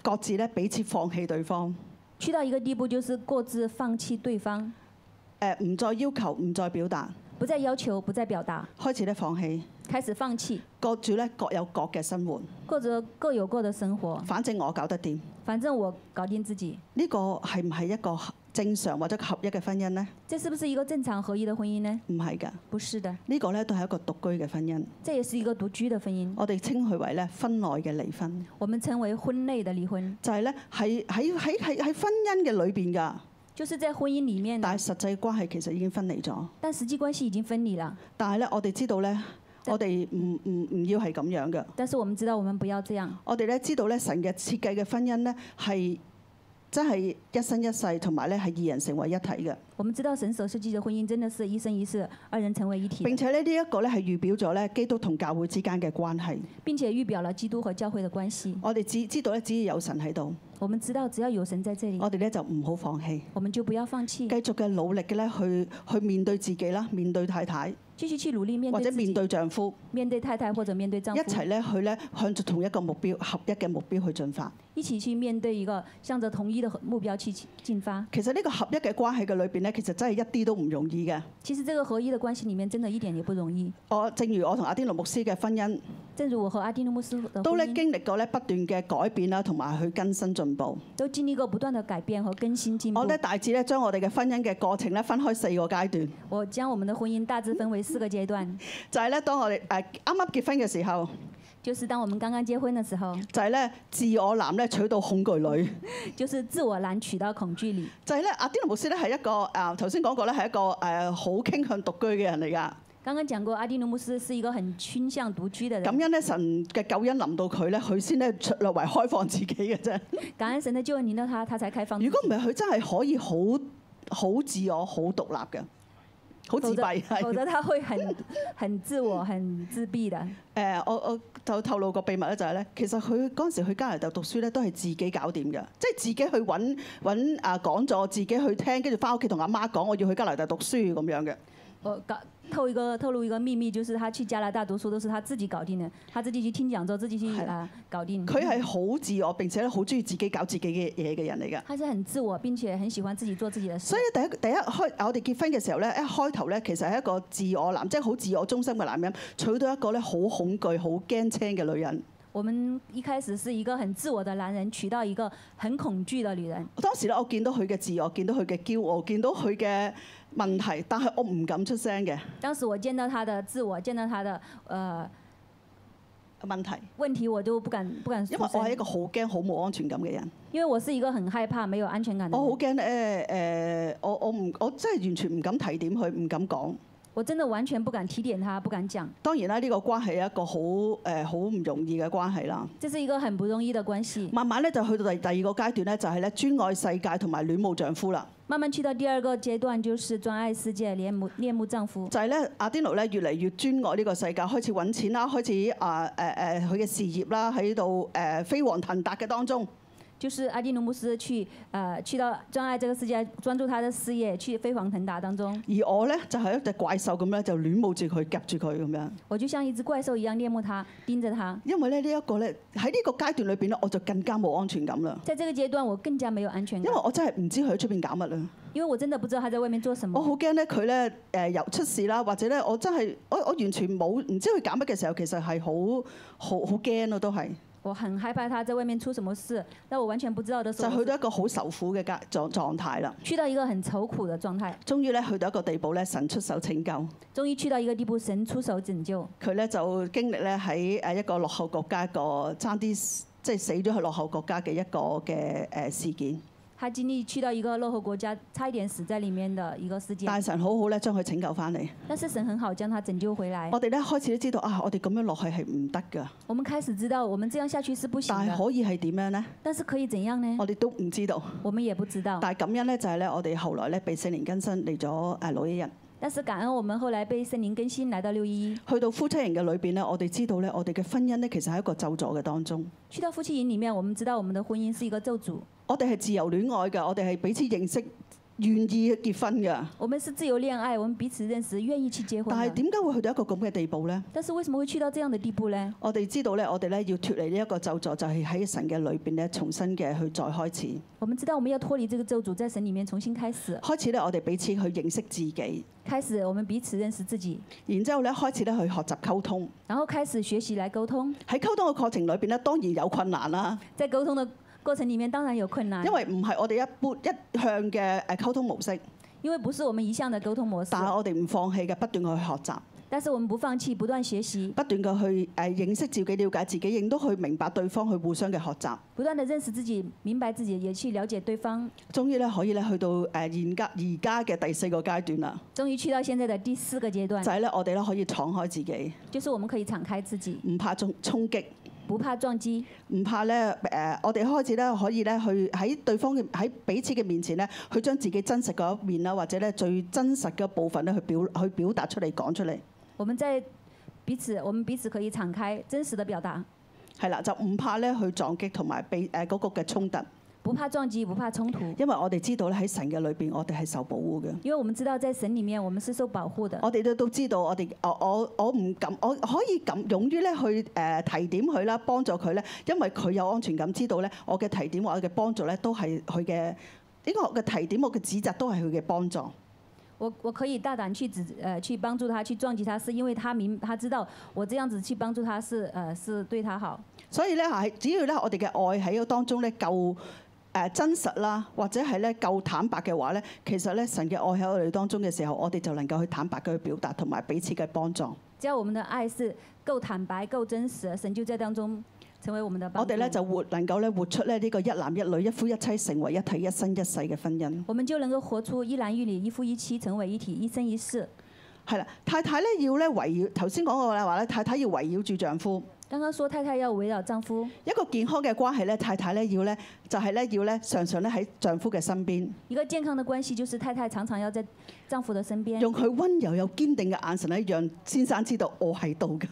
S1: 各自咧彼此放棄對方，誒、
S2: 去到一個地步就是各自放棄對方，
S1: 唔再要求，唔再表達，
S2: 不再要求，不再表達，
S1: 開始咧放棄，
S2: 開始放棄，
S1: 各住咧各有各嘅生活，
S2: 或者各有各的生活，
S1: 反正我搞得掂。
S2: 反正我搞定自己。
S1: 呢個係唔係一個正常或者合一嘅婚姻呢？
S2: 這是不是一個正常合一的婚姻呢？
S1: 唔係㗎，
S2: 不是的，
S1: 呢個咧都係一個獨居嘅婚姻，
S2: 這也是一個獨居的婚姻，
S1: 我哋稱佢為咧婚內嘅離婚，
S2: 我們稱為婚內的離婚，
S1: 就係咧喺喺喺喺喺婚姻嘅裏邊㗎，
S2: 就是在婚姻裡面呢，
S1: 但係實際關係其實已經分離咗。
S2: 但實際關係已經分離了。
S1: 但係咧，我哋知道咧，我哋唔唔唔要係咁樣嘅。
S2: 但是我們知道，我們不要這樣。
S1: 我哋咧知道咧，神嘅設計嘅婚姻咧係真係一生一世，同埋咧係二人成為一體嘅。
S2: 我們知道神所設計的婚姻真的是一生一世，二人成為一體的
S1: 並，且咧呢一個咧係預表咗咧基督同教會之間嘅關係。
S2: 並且預表了基督和教會的關係。
S1: 我哋只知道咧，只要有神喺度，
S2: 我們知道，只要有神在這裡，
S1: 我哋咧就唔好放棄，
S2: 我們就不要放
S1: 繼
S2: 棄，
S1: 續嘅努力嘅咧去去面對自己啦，面對太太
S2: 繼續去努力面
S1: 或
S2: 對
S1: 者
S2: 自己
S1: 面，對丈夫，
S2: 面對太太或者面對丈
S1: 一
S2: 夫，
S1: 齊咧去咧向住同一個目標合一嘅目標去進發。
S2: 一起去面對一個向着同一的目標去進發。
S1: 其實呢個合一嘅關係嘅裏邊咧，其實真係一啲都唔容易嘅。
S2: 其實這個合一的關係裡面，真的一點也不容易。
S1: 我正如我同阿丁奴牧師嘅婚姻，
S2: 正如我和阿丁努牧師的
S1: 都
S2: 婚
S1: 咧
S2: 姻，
S1: 經歷過咧不斷嘅改變啦，同埋去更新進步。
S2: 都經歷過不斷的改變和更新進步
S1: 我。咧大致咧將我哋嘅婚姻嘅過程咧分開四個階段，
S2: 我將我們的婚姻大致分為四個階段，
S1: 就係咧當我哋誒啱啱結婚嘅時候，
S2: 就是當我們剛剛結婚的時候，
S1: 就係咧自我男咧娶到恐懼女。
S2: 就是自我男取到恐懼裡。
S1: 就係咧，阿丁奴牧師咧係一個誒頭先講過咧係一個誒好傾向獨居嘅人嚟㗎。
S2: 剛剛講過，阿迪努姆斯是一個很傾向獨居的人
S1: 感。恩咧神嘅救恩臨到佢咧，佢先咧略為開放自己嘅啫。
S2: 感恩神的救恩臨到他，他才開放自己。
S1: 如果唔係，佢真係可以好好自我、好獨立嘅，好自
S2: 否則
S1: 閉
S2: (laughs) 否
S1: 係。
S2: 則他會很 (laughs) 很自我、很自閉的。
S1: 誒，我我就透露個秘密咧，就係咧，其實佢嗰陣時去加拿大讀書咧，都係自己搞掂嘅，即係自己去揾揾啊講座，自己去聽，跟住翻屋企同阿媽講，我要去加拿大讀書咁樣嘅。
S2: 我搞透一个透露一個秘密，就是他去加拿大讀書都是他自己搞定的，他自己去聽講座，自己去
S1: 係
S2: 啊搞定。
S1: 佢係好自我，並且咧好中意自己搞自己嘅嘢嘅人嚟㗎。
S2: 他是很自我，並且很喜歡自己做自己的事
S1: 所以。咧，第一第一開我哋結婚嘅時候咧，一開頭咧，其實係一個自我男，即係好自我中心嘅男人，娶到一個咧好恐懼、好驚青嘅女人。
S2: 我们一开始是一个很自我的男人，娶到一个很恐惧的女人。
S1: 當時咧，我見到佢嘅自我，見到佢嘅驕傲，見到佢嘅問題，但係我唔敢出聲嘅
S2: 当时我见到他的自我，见到他的呃
S1: 問題，
S2: 问题，我就不敢不敢
S1: 因為
S2: 出
S1: 我係一
S2: 声，
S1: 個好驚、好冇安全感嘅人。
S2: 因为我是一个很害怕、没有安全感的
S1: 哦我好驚
S2: 人。
S1: 咧誒，我我唔我真係完全唔敢提點佢，唔敢講。
S2: 我真的完全不敢提点他，不敢講。
S1: 當然啦，呢、個關係係一個好誒好唔容易嘅關係啦。
S2: 这是一个很不容易的关系。
S1: 慢慢咧就去到第第二個階段咧，就係咧專愛世界同埋戀慕丈夫啦。
S2: 慢慢去到第二个阶段，就是专爱世界、恋慕恋慕丈夫。
S1: 就係咧，阿丁奴咧越嚟越專愛呢個世界，開始揾錢啦，開始啊誒誒佢嘅事業啦，喺度誒飛黃騰達嘅當中。
S2: 就是阿基努姆斯去呃去到专爱这个世界，专注他的事业，去飞黄腾达当中。
S1: 而我咧就係、一隻怪獸咁咧，就戀慕住佢，夾住佢咁樣。
S2: 我就像一只怪兽一样恋慕他，盯着他。
S1: 因為咧呢一個咧喺呢個階段裏邊咧，我就更加冇安全感啦。
S2: 在这个阶段，我更加没有安全
S1: 因
S2: 感
S1: 為，我真係唔知佢喺出邊搞乜啦，
S2: 因为我真的不知道他在外面做什
S1: 我好
S2: 么。
S1: 驚咧佢咧誒又出事啦，或者咧我真係我我完全冇唔知佢搞乜嘅時候，其實係好好好驚咯，都係
S2: 我很害怕他在外面出什么事，但我完全不知道的时
S1: 就
S2: 候
S1: 去，到一個好受苦嘅階狀狀態啦。
S2: 去到一个很愁苦的状态。
S1: 終於咧去到一個地步咧，神出手拯救
S2: 终于去到一个地步，神出手拯救。
S1: 佢咧，就經歷咧喺誒一個落後國家一個爭啲即係死咗去落後國家嘅一個嘅誒事件。
S2: 他经历去到一个落后国家，差一点死在里面的一个事件，
S1: 大神好好咧，將佢拯救翻嚟。
S2: 但是神很好将他拯救回来。
S1: 我哋咧開始都知道啊，我哋咁樣落去係唔得噶，
S2: 我们开始知道，我们这样下去是不行
S1: 但係
S2: 的，
S1: 可以係點樣呢？
S2: 但是可以怎样呢？
S1: 我哋都唔知道。
S2: 我们也不知道。
S1: 但係咁樣咧，就係咧，我哋後來咧被聖靈更新嚟咗誒老一日，
S2: 但是感恩我们后来被圣灵更新，来到六一一，
S1: 去到夫妻營嘅裏邊咧，我哋知道咧，我哋嘅婚姻咧其實喺一個咒詛嘅當中。
S2: 去到夫妻营里面，我们知道我們的婚姻是一个咒诅，
S1: 我哋係自由戀愛嘅，我哋係彼此認識、願意結婚嘅。
S2: 我们是自由恋爱，我们彼此认识，愿意去结婚
S1: 但係
S2: 的。
S1: 點解會去到一個咁嘅地步呢？
S2: 但是为什么会去到这样的地步呢？
S1: 我哋知道咧，我哋咧要脱離呢一個咒詛，就係喺神嘅裏邊咧，重新嘅去再開始。
S2: 我们知道我们要脱离这个咒诅，在神里面重新开始，
S1: 開始咧，我哋彼此去認識自己，
S2: 开始我们彼此认识自己，
S1: 然之後咧開始咧去學習溝通。
S2: 然后開始學習來溝通。
S1: 喺溝通嘅過程裏邊咧，當然有困難啦，
S2: 在溝通的过程里面，当然有困难
S1: 因，為唔係我哋一般一向嘅誒溝通模式，
S2: 因为不是我们一向的溝通模式
S1: 但，係我哋唔放棄嘅，不斷去學習，
S2: 但是我們不放棄，不斷學習，
S1: 不斷嘅去誒認識自己、了解自己，亦都去明白對方，去互相嘅學習。
S2: 不断的認識自己，明白自己，也去了解對方。
S1: 終於咧可以咧去到誒現家而家嘅第四個階段啦，
S2: 終於去到現在的第四個階
S1: 就
S2: 段，
S1: 係咧我哋咧可以敞開自己，
S2: 就是我們可以敞開自己，
S1: 唔怕衝衝擊。
S2: 不怕撞擊。
S1: 唔怕咧，誒、我哋開始咧可以咧去喺對方嘅喺彼此嘅面前咧，去將自己真實嗰一面啦，或者咧最真實嘅部分咧，去表去表達出嚟講出嚟，
S2: 我們在彼此，我們彼此可以敞開真實的表達，
S1: 係啦，就唔怕咧去撞擊同埋被誒嗰個嘅衝突，
S2: 不怕撞擊，不怕衝突，
S1: 因為我哋知道咧喺神嘅裏邊，我哋係受保護嘅。
S2: 因為我們知道在神里面我們是受保護的。
S1: 我哋都都知道我，哋我我我唔敢，我可以咁勇於咧去誒、提點佢啦，幫助佢咧，因為佢有安全感，知道咧我嘅提點或者我嘅幫助咧都係佢嘅，呢個我嘅提點我嘅指責都係佢嘅幫助。
S2: 我我可以大膽去指呃去幫助他，去撞擊他，是因為他明他知道我這樣子去幫助他是呃是对他好。
S1: 所以咧係只要咧我哋嘅愛喺個當中咧夠誒真實啦，或者係咧夠坦白嘅話咧，其實咧神嘅愛喺我哋當中嘅時候，我哋就能夠去坦白嘅去表達，同埋彼此嘅幫助。
S2: 只要我們的愛是夠坦白、夠真實，神就在當中成為我們的幫
S1: 我
S2: 助。
S1: 哋咧就活能夠咧活出咧呢個一男一女、一夫一妻成為一體、一生一世嘅婚姻。
S2: 我們就能夠活出一男一女、一夫一妻，成為一體、一生一世。
S1: 係啦，太太咧要咧圍繞頭先講過啦話咧，太太要圍繞住丈夫。
S2: 剛剛說太太要圍繞丈夫，
S1: 一個健康嘅關係咧，太太咧要咧就係咧要咧常常咧喺丈夫嘅身邊，
S2: 一個健康的關係就是太太常常要在丈夫的身邊，
S1: 用佢温柔又堅定嘅眼神咧，讓先生知道我喺度㗎。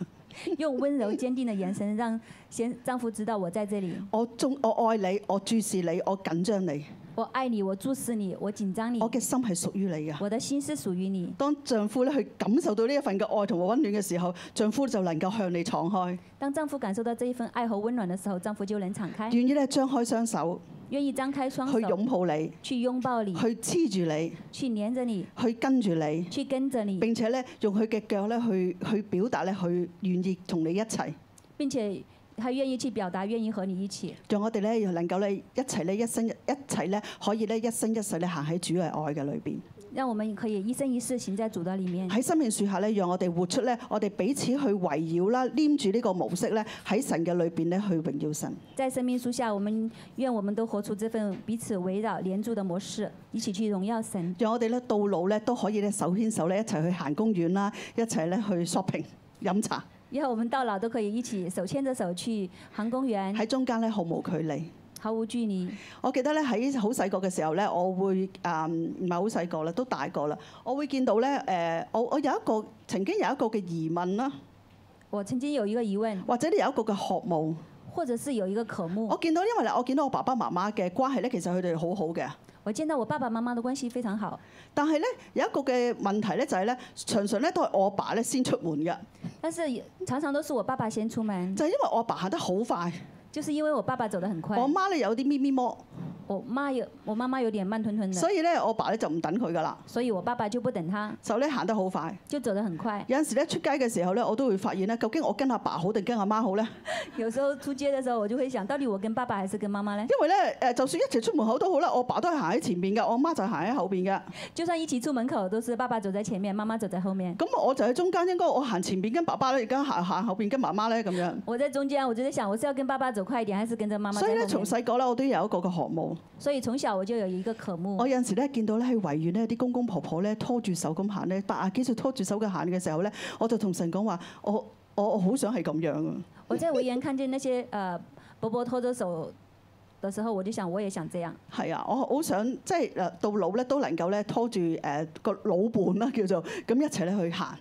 S2: 用温柔堅定的眼神讓先丈夫知道我在這裡，
S1: 我中我愛你，我注視你，我緊張你，
S2: 我愛你，我注視你，我緊張你，
S1: 我嘅心係屬於你嘅。
S2: 我的心是屬於你。
S1: 當丈夫咧去感受到呢一份嘅愛同埋温暖嘅時候，丈夫就能夠向你敞開，
S2: 當丈夫感受到這一份愛和温暖的時候，丈夫就能敞開，
S1: 願意咧張開雙手
S2: 願意張開雙
S1: 去
S2: 手嗯
S1: 擁抱你，
S2: 去擁抱你，
S1: 去黐住你，
S2: 去黏着你，
S1: 去跟住你，
S2: 去跟着你。
S1: 並且咧用佢嘅腳咧去去表達咧，佢願意同你一齊。
S2: 并且还愿意去表达，愿意和你一起，
S1: 讓我哋咧又能夠咧一齊咧一生一一齊咧可以咧一生一世咧行喺主嘅愛嘅裏邊，
S2: 让我们可以一生一世行在主的里面。
S1: 喺生命樹下咧，讓我哋活出咧我哋彼此去圍繞啦，黏住呢個模式咧喺神嘅裏邊咧去榮耀神。
S2: 在生命树下，我们愿我们都活出这份彼此围绕、连住的模式，一起去荣耀神，
S1: 讓我哋咧到老咧都可以咧手牽手咧一齊去行公園啦，一齊咧去 shopping 飲茶，
S2: 然后我们到老都可以一起手牵着手去航公园，
S1: 喺中間咧毫無距離。
S2: 毫无距离。
S1: 我記得咧喺好細個嘅時候咧，我會誒唔係好細個啦，都大個啦，我會見到咧誒、我我有一個曾經有一個嘅疑問啦，
S2: 我曾經有一个疑问，
S1: 或者咧有一個嘅渴望。
S2: 或者是有一个渴慕
S1: 我，見到因為咧，我見到我爸爸媽媽嘅關係咧，其實佢哋好好嘅。
S2: 我见到我爸爸妈妈的关系非常好，
S1: 但係咧有一個嘅問題咧，就係咧常常咧都係我爸咧先出門嘅，
S2: 但是也常常都是我爸爸先出门，
S1: 就係、因為我爸行得好快，
S2: 就是因为我爸爸走得很快，
S1: 我媽咧有啲咪咪摸，
S2: 我妈有我妈妈有点慢吞吞的，
S1: 所以咧我爸咧就唔等佢噶啦，
S2: 所以我爸爸就不等他，
S1: 就咧行得好快。
S2: 就走得很快。
S1: 有陣時咧出街嘅時候咧，我都會發現咧，究竟我跟阿爸好定跟阿媽
S2: (laughs)
S1: 好咧？
S2: 有时候出街的时候，我就会想到底我跟爸爸还是跟妈妈呢？
S1: 因為咧誒，就算一齊出門口都好啦，我爸都係行喺前面嘅，我媽就係行喺後邊嘅。
S2: 就算一起出门口，都是爸爸走在前面，妈妈走在后面。
S1: 咁我就喺中間，應該我行前邊跟爸爸咧，而家行行後邊跟媽媽咧咁樣。
S2: 我在中间，我就在想，我是要跟爸爸走快一点，还是跟着妈妈在
S1: 所以咧，
S2: 后面？
S1: 從細個咧，我都有一個嘅學務。
S2: 所以從小我就有一个渴慕
S1: 我。有陣時咧見到咧喺維園咧啲公公婆婆咧拖住手咁行咧，八啊幾歲拖住手嘅行嘅時候咧，我就同神講話：我我我好想係咁樣啊！
S2: 我在维园看见那些呃伯伯拖着手的时候，我就想我也想这样。
S1: 係啊，我好想即係誒到老咧都能夠咧拖住誒個老伴啦叫做咁一齊咧去行。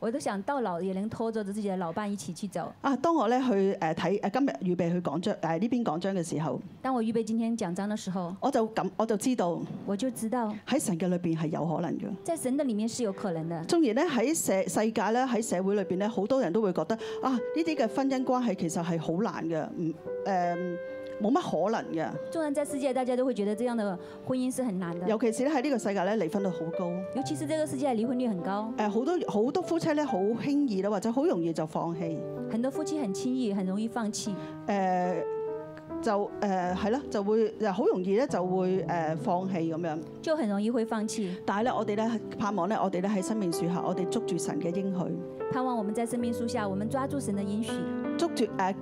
S2: 我都想到老也能拖着自己的老伴一起去走。
S1: 啊，當我咧去誒睇誒今日預備去講章誒呢邊講章嘅時候，
S2: 当我预备今天讲章的时候，
S1: 我就咁我就知道
S2: 我就知道
S1: 喺神嘅裏邊係有可能嘅。
S2: 在神的里面是有可能的。
S1: 縱然咧喺社世界咧喺社會裏邊咧，好多人都會覺得啊，呢啲嘅婚姻關係其實係好難嘅，唔誒冇乜可能嘅。
S2: 纵然在世界，大家都会觉得这样的婚姻是很难的，
S1: 尤其是咧喺呢個世界咧，離婚率好高。
S2: 尤其是这个世界离婚率很高，
S1: 誒好多好多夫妻咧，好輕易啦，或者好容易就放棄。誒、
S2: 很多夫妻很轻易，很容易放弃，
S1: 就誒係啦，就會就好容易咧就會誒、放棄咁樣。
S2: 就很容易會放弃。
S1: 但係咧，我哋咧盼望咧，我哋咧喺生命樹下，我哋捉住神嘅應許，
S2: 盼望我们在生命树下，我们抓住神的应许，
S1: 捉住誒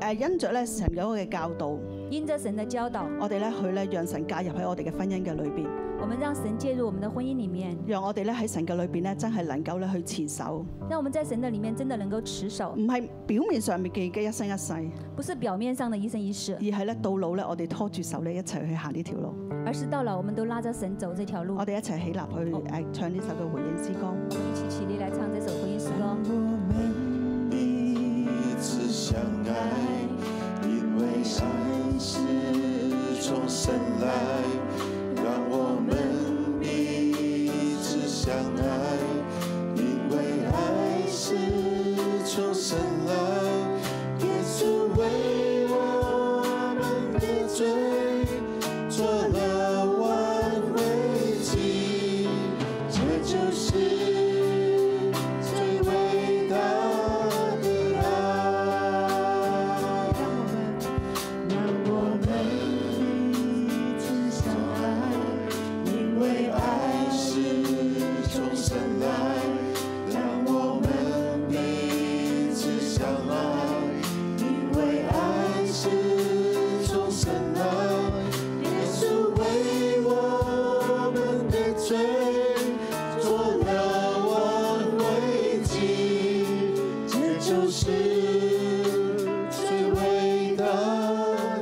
S1: 誒因着咧神嗰個嘅教導，
S2: 因着神的教导，
S1: 我哋咧去咧讓神介入喺我哋嘅婚姻嘅裏邊。
S2: 我们让神介入我们的婚姻里面，
S1: 讓我哋咧喺神嘅裏邊咧，真係能夠咧去持守，
S2: 让我们在神的里面真的能够持守，
S1: 唔係表面上面嘅嘅一生一世，而
S2: 不是表面上的一生一世，
S1: 係咧到老咧，我哋拖住手咧一齊去行呢條路，
S2: 而是到老我们都拉着神走这条路
S1: 我。哋一齊起立去
S2: 好
S1: 誒唱呢首嘅回應詩歌。
S2: 一起起立来唱这首婚姻诗歌。
S4: 彼此相爱，因为爱是从神来，让我们彼此相爱，因为爱是从神来，耶稣为我们的罪做了挽回祭，这就是。最伟大的爱，让我们让我们彼此相爱，因为爱是从神来，让我们彼此相爱，因为爱是从神来，耶稣为我们的罪做了挽回祭，这就是最伟大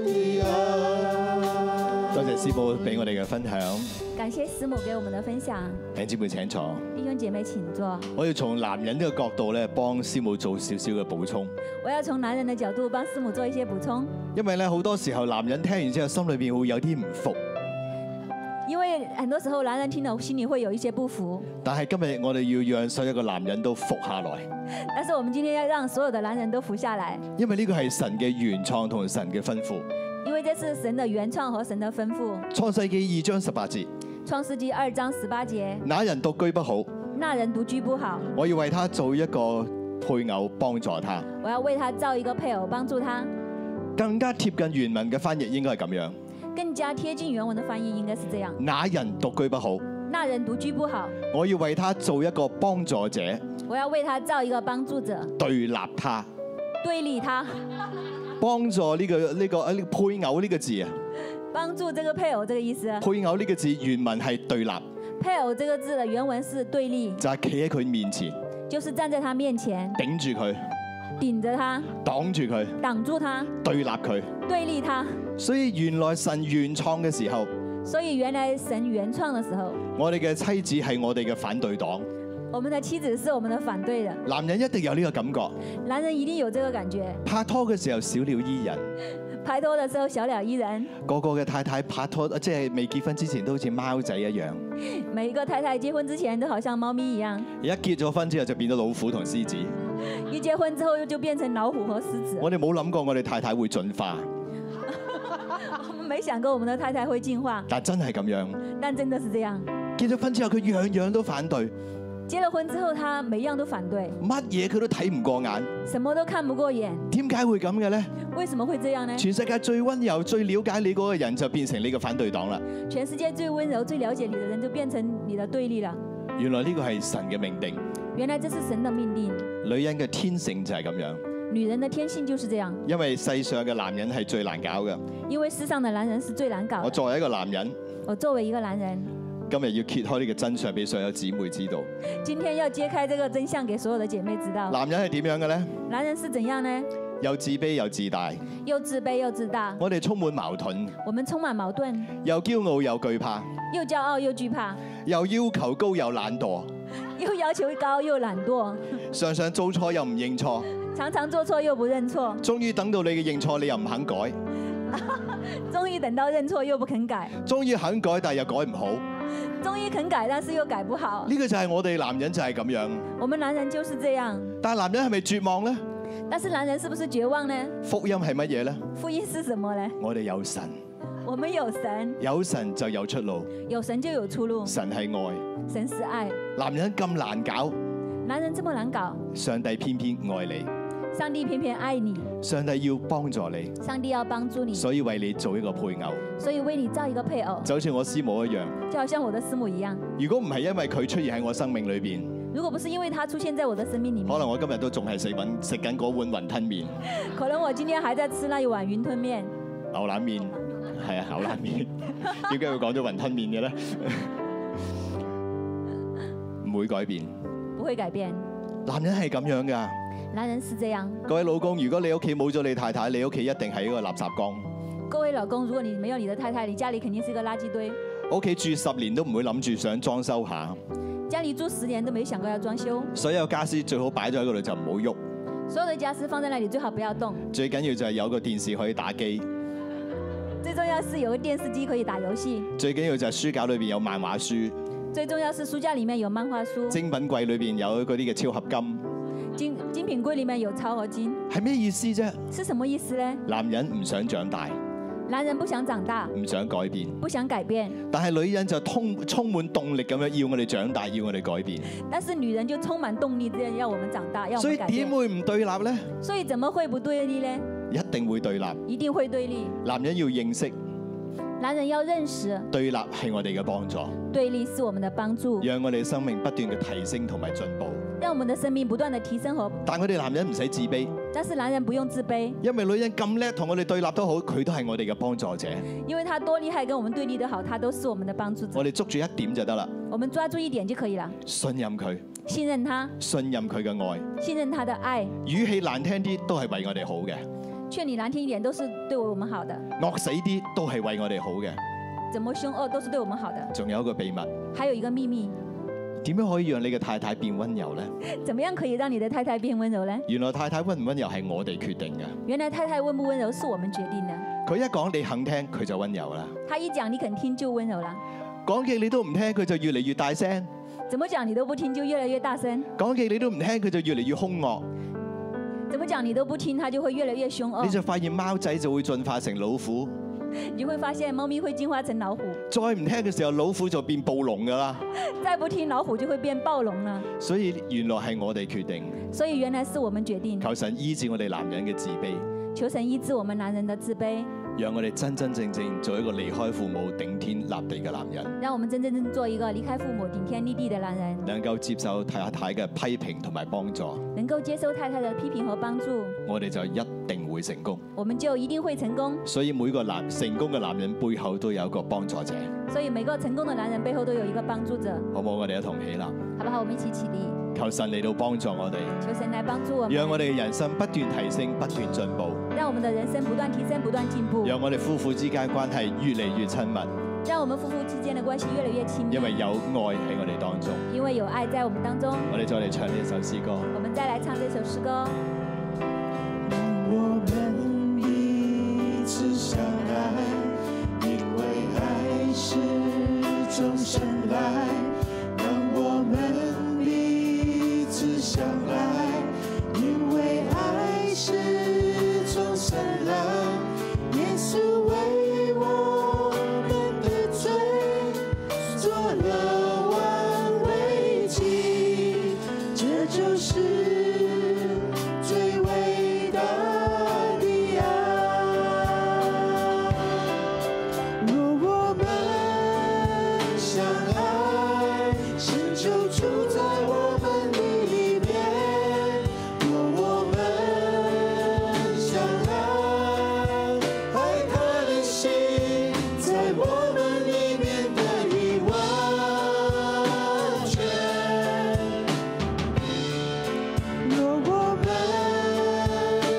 S4: 的爱。
S5: 多謝師傅俾我哋嘅分享，
S2: 感谢师母给我们的分享，
S5: 弟兄姊妹請坐。
S2: 弟兄姐妹请坐。
S5: 我要從男人呢個角度咧，幫師母做少少嘅補充，
S2: 我要从男人的角度幫师母做一些補充，
S5: 因為咧好多時候男人聽完之後，心裏邊會有啲唔服。
S2: 因为很多时候男人聽了心里會有一些不服，
S5: 但係今日我哋要讓所有嘅男人都服下來，
S2: 但是我们今天要讓所有的男人都服下來，
S5: 因為呢個係神嘅原創同神嘅吩咐。
S2: 因为这是神的原创和神的吩咐。
S5: 創世記二章十八節，
S2: 创世纪二章十八节，
S5: 那人獨居不好，
S2: 那人独居不好，
S5: 我要為他做一個配偶幫助他。
S2: 我要为他造一个配偶，帮助他。
S5: 更加貼近原文嘅翻譯應該係咁樣：
S2: 更加贴近原文的翻译应该是这样：
S5: 那人獨居不好，
S2: 那人独居不好，
S5: 我要為他做一個幫助者，
S2: 我要为他造一个帮助者，
S5: 對立他。
S2: 对立他。
S5: 幫助呢、個呢、個啊呢、個配偶呢個字啊，
S2: 帮助这个配偶这个意思，
S5: 配偶呢個字原文係對立，
S2: 配偶这个字的原文是对立，
S5: 就係企喺佢面前
S2: 就是站在他面前，
S5: 頂住佢、
S2: 顶着他，
S5: 擋住佢、
S2: 挡住他，
S5: 對立佢。
S2: 对立他。
S5: 所以原來神原創嘅時候，
S2: 所以原来神原创的时候，
S5: 我哋嘅妻子係我哋嘅反對黨。
S2: 我们的妻子是我们的反对的，
S5: 男人一定有呢個感覺，
S2: 男人一定有这个感觉。
S5: 拍拖嘅時候小鳥依人，
S2: 拍拖的时候小鳥依人，
S5: 個個嘅太太拍拖即係未結婚之前都好似貓仔一樣，
S2: 每一个太太结婚之前都好像猫咪一样，
S5: 一結咗婚之後就變咗老虎同獅子。
S2: 一结婚之后就变成老虎和狮子。
S5: 我哋冇諗過我哋太太會進化，
S2: 我们没想过我们的太太会进化，
S5: 但真係咁樣。
S2: 但真的是这样。
S5: 結咗婚之後，佢樣樣都反對，
S2: 结了婚之后，她每样都反对，
S5: 乜嘢佢都睇唔過眼。
S2: 什么都看不过眼。
S5: 點解會咁嘅呢？
S2: 为什么会这样呢？
S5: 全世界最温柔、最了解你嗰個人就變成你嘅反對黨啦。
S2: 全世界最温柔、最了解你的人，就变成你的对立了。
S5: 原來呢個係神嘅命定，
S2: 原来这是神的命定，
S5: 女人嘅天性就係咁樣。
S2: 女人的天性就是这样。
S5: 因為世上嘅男人係最難搞嘅。
S2: 因为世上的男人是最难搞
S5: 我
S2: 的。
S5: 作為一個男人，
S2: 我作为一个男人，
S5: 今日要揭開呢個真相俾所有姊妹知道。
S2: 今天要揭开这个真相给所有的姐妹知道。
S5: 男人係點樣嘅呢？
S2: 男人是怎样呢？
S5: 又自卑又自大，
S2: 又自卑又自大，
S5: 我哋充滿矛盾，
S2: 我们充满矛盾，
S5: 又驕傲又懼怕，
S2: 又骄傲又惧怕，
S5: 又要求高又懶惰，
S2: 又要求高又懒惰，
S5: 常常做錯又唔認錯，
S2: 常常做错又不认错，
S5: 終於等到你嘅認錯你又唔肯改，
S2: 终于等到认错又不肯改，
S5: 終於肯改但係又改唔好。
S2: 终于肯改但是又改不好。
S5: 呢、 (laughs) 個就係我哋男人就係咁樣。
S2: 我们男人就是这样。
S5: 但係男人係咪絕望呢？
S2: 但是男人是不是绝望呢？
S5: 福音係乜嘢呢？
S2: 福音是什么呢？
S5: 我哋有神，
S2: 我们有神，
S5: 有神就有出路。
S2: 有神就有出路。
S5: 神係愛，
S2: 神是爱，
S5: 男人咁難搞，
S2: 男人这么难搞，
S5: 上帝偏偏愛你，
S2: 上帝偏偏爱你，
S5: 上帝要幫助你，
S2: 上帝要帮助你，
S5: 所以為你做一個配偶，
S2: 所以为你造一个配偶，
S5: 就好似我師母一樣。
S2: 就好像我的师母一样。
S5: 如果唔係因為佢出現喺我生命裏邊，
S2: 如果不是因为他出现在我的生命里面
S5: 可，能我今日都仲係食緊食緊嗰碗雲吞麵、
S2: 可能我今天还在吃那一碗云吞面。
S5: 牛腩麵，係啊牛腩麵。點解會講咗雲吞麵嘅咧？唔會改變，
S2: 不会改变。
S5: 男人係咁樣㗎。
S2: 男人是这样。
S5: 各位老公，如果你屋企冇咗你太太，你屋企一定係一個垃圾缸。
S2: 各位老公，如果你没有你的太太，你家里肯定是个垃圾堆。
S5: 屋企住十年都唔會諗住想裝修下，
S2: 家里住十年都没想过要装修，
S5: 所有家私最好擺咗喺嗰度就唔好喐。
S2: 所有的家私放在那里最好不要动。
S5: 最緊要就係有個電視可以打機，
S2: 最重要是有个电视机可以打游戲，
S5: 最緊要就係書架裏邊有漫畫書，
S2: 最重要是书架里面有漫画书，
S5: 精品櫃裏邊有嗰啲嘅超合金。
S2: 精精品柜里面有超合金，
S5: 係咩意思啫？
S2: 是什么意思呢？
S5: 男人唔想長大，
S2: 男人不想长大，
S5: 唔想改變，
S2: 不想改变，
S5: 但係女人就通充滿動力咁樣要我哋長大，要我哋改變。
S2: 但是女人就充满动力，这样要我们长大，要我
S5: 所以
S2: 们改
S5: 點
S2: 变。
S5: 會唔對立呢？
S2: 所以怎么会不对立呢？
S5: 一定會對立。
S2: 一定会对立。
S5: 男人要認識
S2: 男人要认识，
S5: 對立係我哋嘅幫助，
S2: 对立是我们的帮助，
S5: 讓我哋生命不斷嘅提升同埋進步。
S2: 让我们的生命不断的提升和。
S5: 但我哋男人唔使自卑，
S2: 但是男人不用自卑，
S5: 因為女人咁叻，同我哋對立都好，佢都係我哋嘅幫助者。
S2: 因为他多厉害，跟我们对立的好，他都是我们的帮助者
S5: 我。哋捉住一點就得啦，
S2: 我们抓住一点就可以了，
S5: 信任佢，
S2: 信任他，
S5: 信任佢嘅愛，
S2: 信任他的爱。
S5: 語氣難聽啲都係為我哋好嘅，
S2: 劝你难听一点，都是对我们好的；
S5: 惡死啲都係為我哋好嘅。
S2: 怎么凶恶，都是对我们好的。
S5: 仲有一個秘密。
S2: 还有一个秘密，
S5: 點樣可以讓你嘅太太變温柔呢？
S2: 怎么样可以让你的太太变温柔呢？
S5: 原來太太温唔温柔係我哋決定嘅。
S2: 原来太太温不温柔是我们决定的。
S5: 佢一講你肯聽，佢就温柔啦；
S2: 她一讲你肯听就温柔了，
S5: 講極你都唔聽，佢就越嚟越大聲；
S2: 怎么讲你都不听就越来越大声，
S5: 講極你都唔聽，佢就越嚟越兇惡。
S2: 怎么讲你都不听，她就会越来越凶恶
S5: 你。就發現貓仔就會進化成老虎，
S2: 你就会发现猫咪会进化成老虎，
S5: 再唔聽嘅時候，老虎就變暴龍㗎啦。
S2: 再不听老虎就会变暴龙了。
S5: 所以原來係我哋決定，
S2: 所以原来是我们决定，
S5: 求神醫治我哋男人嘅自卑，
S2: 求神医治我们男人的自卑，
S5: 讓我哋真真正正做一個離開父母頂天立地嘅男人，
S2: 让我们真正正做一个离开父母顶天立地的男人，
S5: 能夠接受太太嘅批評同埋幫助，
S2: 能够接受太太的批评和帮助，
S5: 我哋就一定會成功。
S2: 我们就一定会成功。
S5: 所以每個男成功嘅男人背後都有一個幫助者，
S2: 所以每个成功的男人背后都有一个帮助者，
S5: 好唔好？我哋一同起立，
S2: 好不好？我们一起起立，
S5: 求神嚟到幫助我哋，
S2: 求神来帮助我们，
S5: 讓我哋嘅人生不斷提升，不斷進步，
S2: 让我们的人生不断提升，不断进步，
S5: 讓我哋夫婦之間關係越嚟越親密，
S2: 让我们夫妇之间的关系越来越亲密
S5: 因，為有愛喺我哋當中。
S2: 因为有爱在我们当中。
S5: 我哋再嚟唱呢一首詩歌。
S2: 我们再来唱这首诗歌。
S4: 让我们彼此相爱，因为爱是从神来。让我们彼此相爱，因为爱是从神来。耶稣为我们的罪做了挽回祭，这就是。最伟大的爱。若我们相爱，神就住在我们里面；若我们相爱，爱他的心在我们里面得以完全。若我们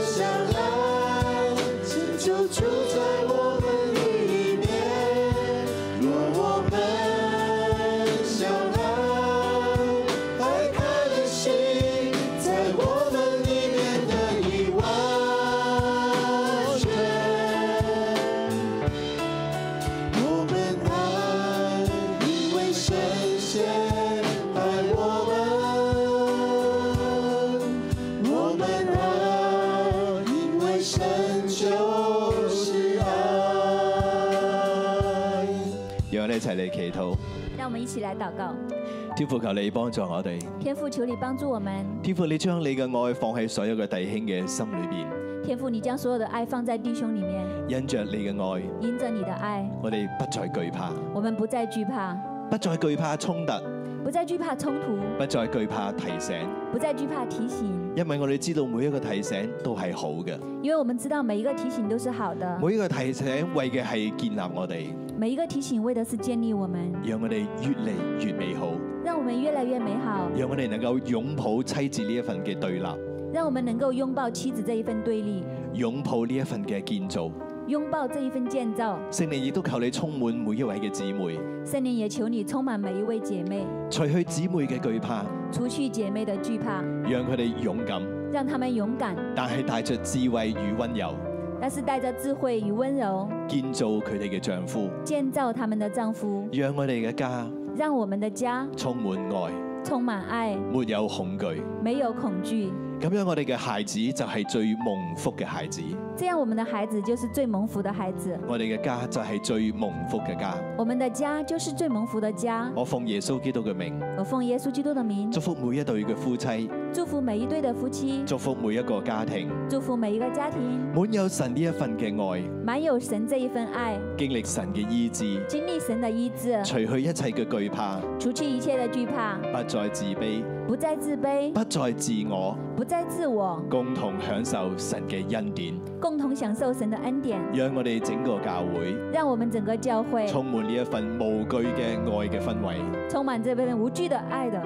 S4: 相爱，神就住在我们里面；若我们相爱，爱他的心在我们里面得以完全。我们爱，因为神先爱我们。我们爱，因为神就是爱。
S5: 让我哋一齊嚟祈禱，
S2: 让我们一起来祷告，
S5: 天父求你幫助我哋，
S2: 天父，求你帮助我们。
S5: 天父你將你嘅愛放喺所有嘅弟兄嘅心裏边，
S2: 天父，你将所有的爱放在弟兄里面，
S5: 因着你嘅愛，
S2: 因着你的爱，
S5: 我哋不再懼怕，
S2: 我们不再惧怕，
S5: 不再懼怕衝突，
S2: 不再惧怕冲突，
S5: 不再懼怕提醒，
S2: 不再惧怕提醒，
S5: 因為我哋知道每一個提醒都係好嘅，
S2: 因为我们知道每一个提醒都是好的，
S5: 每一個提醒為嘅係建立我哋，
S2: 每一个提醒为的是建立我们，
S5: 讓我哋越嚟越美好，
S2: 让我们越来越美好，
S5: 讓我哋能夠擁抱妻子呢一份嘅對立，
S2: 让我们能够拥抱妻子这一份对立，
S5: 擁抱呢一份嘅建造。
S2: 拥抱这一份建造。
S5: 聖靈亦都求你充滿每一位嘅姊妹，
S2: 圣灵也求你充满每一位姐妹，
S5: 除去姊妹嘅懼怕。
S2: 除去姐妹的惧怕，
S5: 让佢哋勇敢，
S2: 让她们勇敢，
S5: 但係帶着智慧與温柔，
S2: 但是带着智慧与温柔，
S5: 建造佢哋嘅丈夫，
S2: 建造她们的丈夫，
S5: 讓我哋嘅家
S2: 让我们的家
S5: 充滿愛，
S2: 充满爱，
S5: 沒有恐懼。
S2: 没有恐惧。
S5: 咁樣我哋嘅孩子就係最蒙福嘅孩子，
S2: 这样，我们的孩子就是最蒙福的孩子，
S5: 我哋嘅家就係最蒙福嘅家。
S2: 我们的家就是最蒙福的家。
S5: 我奉耶穌基督嘅名，
S2: 我奉耶稣基督的名，
S5: 祝福每一對嘅夫妻，
S2: 祝福每一对的夫妻，
S5: 祝福每一個家庭，
S2: 祝福每一个家庭，
S5: 滿有神呢一份嘅愛，
S2: 满有神这一份爱，
S5: 經歷神嘅醫治，
S2: 经历神的医治，
S5: 除去一切嘅懼怕，
S2: 除去一切的惧怕，
S5: 不再自卑，
S2: 不再自卑，
S5: 不再自我，
S2: 不再自我，
S5: 共同享受神嘅恩典。
S2: 共同享受神的恩典，
S5: 讓我哋整個教會
S2: 让我们整个教会
S5: 充滿呢一份無懼嘅愛嘅氛圍。
S2: 充满这份无惧的爱的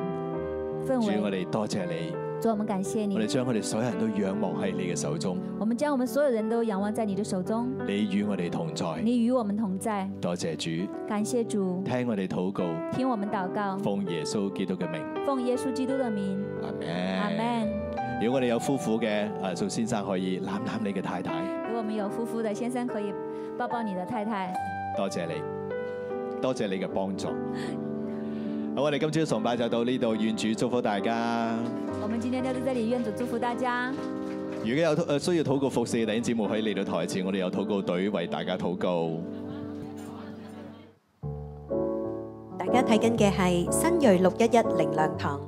S2: 氛
S5: 主，我
S2: 围。
S5: 哋多謝你，
S2: 主，我们感谢
S5: 我哋
S2: 你，
S5: 將我哋所有人都仰望喺你嘅手中，
S2: 我们将我们所有人都仰望在你的手中，
S5: 你與我哋同在。
S2: 你与我们同在。
S5: 多謝主，
S2: 感谢主，
S5: 聽我哋禱告，
S2: 听我们祷告，
S5: 奉耶穌基督嘅名，
S2: 奉耶稣基督的名，
S5: 阿
S2: 阿
S5: 門。
S2: 门。
S5: 如果我哋有夫婦嘅，啊，做先生可以攬攬你嘅太太，
S2: 如果我们有夫妇的先生，可以抱抱你的太太。
S5: 多謝你，多謝你嘅幫助。好，我哋今朝崇拜就到呢度，願主祝福大家。
S2: 我们今天就到这里，愿主祝福大家。
S5: 如果有誒需要禱告服侍嘅弟兄姊妹，可以嚟到台前，我哋有禱告隊為大家禱告。
S6: 大家睇緊嘅係新锐六一一靈糧堂。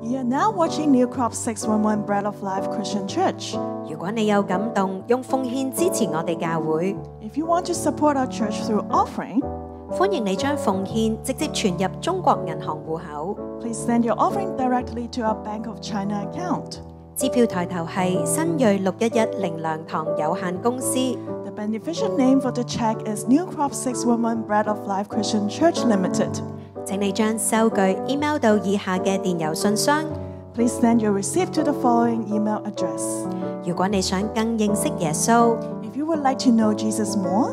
S7: You are now watching New Crop 611 Bread of Life Christian Church.
S6: 如果你有感動，用奉獻支持我哋教會，
S7: If you want to support our church through offering,
S6: 歡迎你將奉獻直接存入中國銀行户口。
S7: please send your offering directly to our Bank of China account.
S6: 支票抬頭係新锐六一一靈糧堂有限公司。
S7: The beneficial name for the check is New Crop 611 Bread of Life Christian Church Limited.
S6: 請你將收據 email 到以下嘅電郵信箱。
S7: Please send your receipt to the following email address.
S6: 如果你想更認識耶穌，
S7: If you would like to know Jesus more,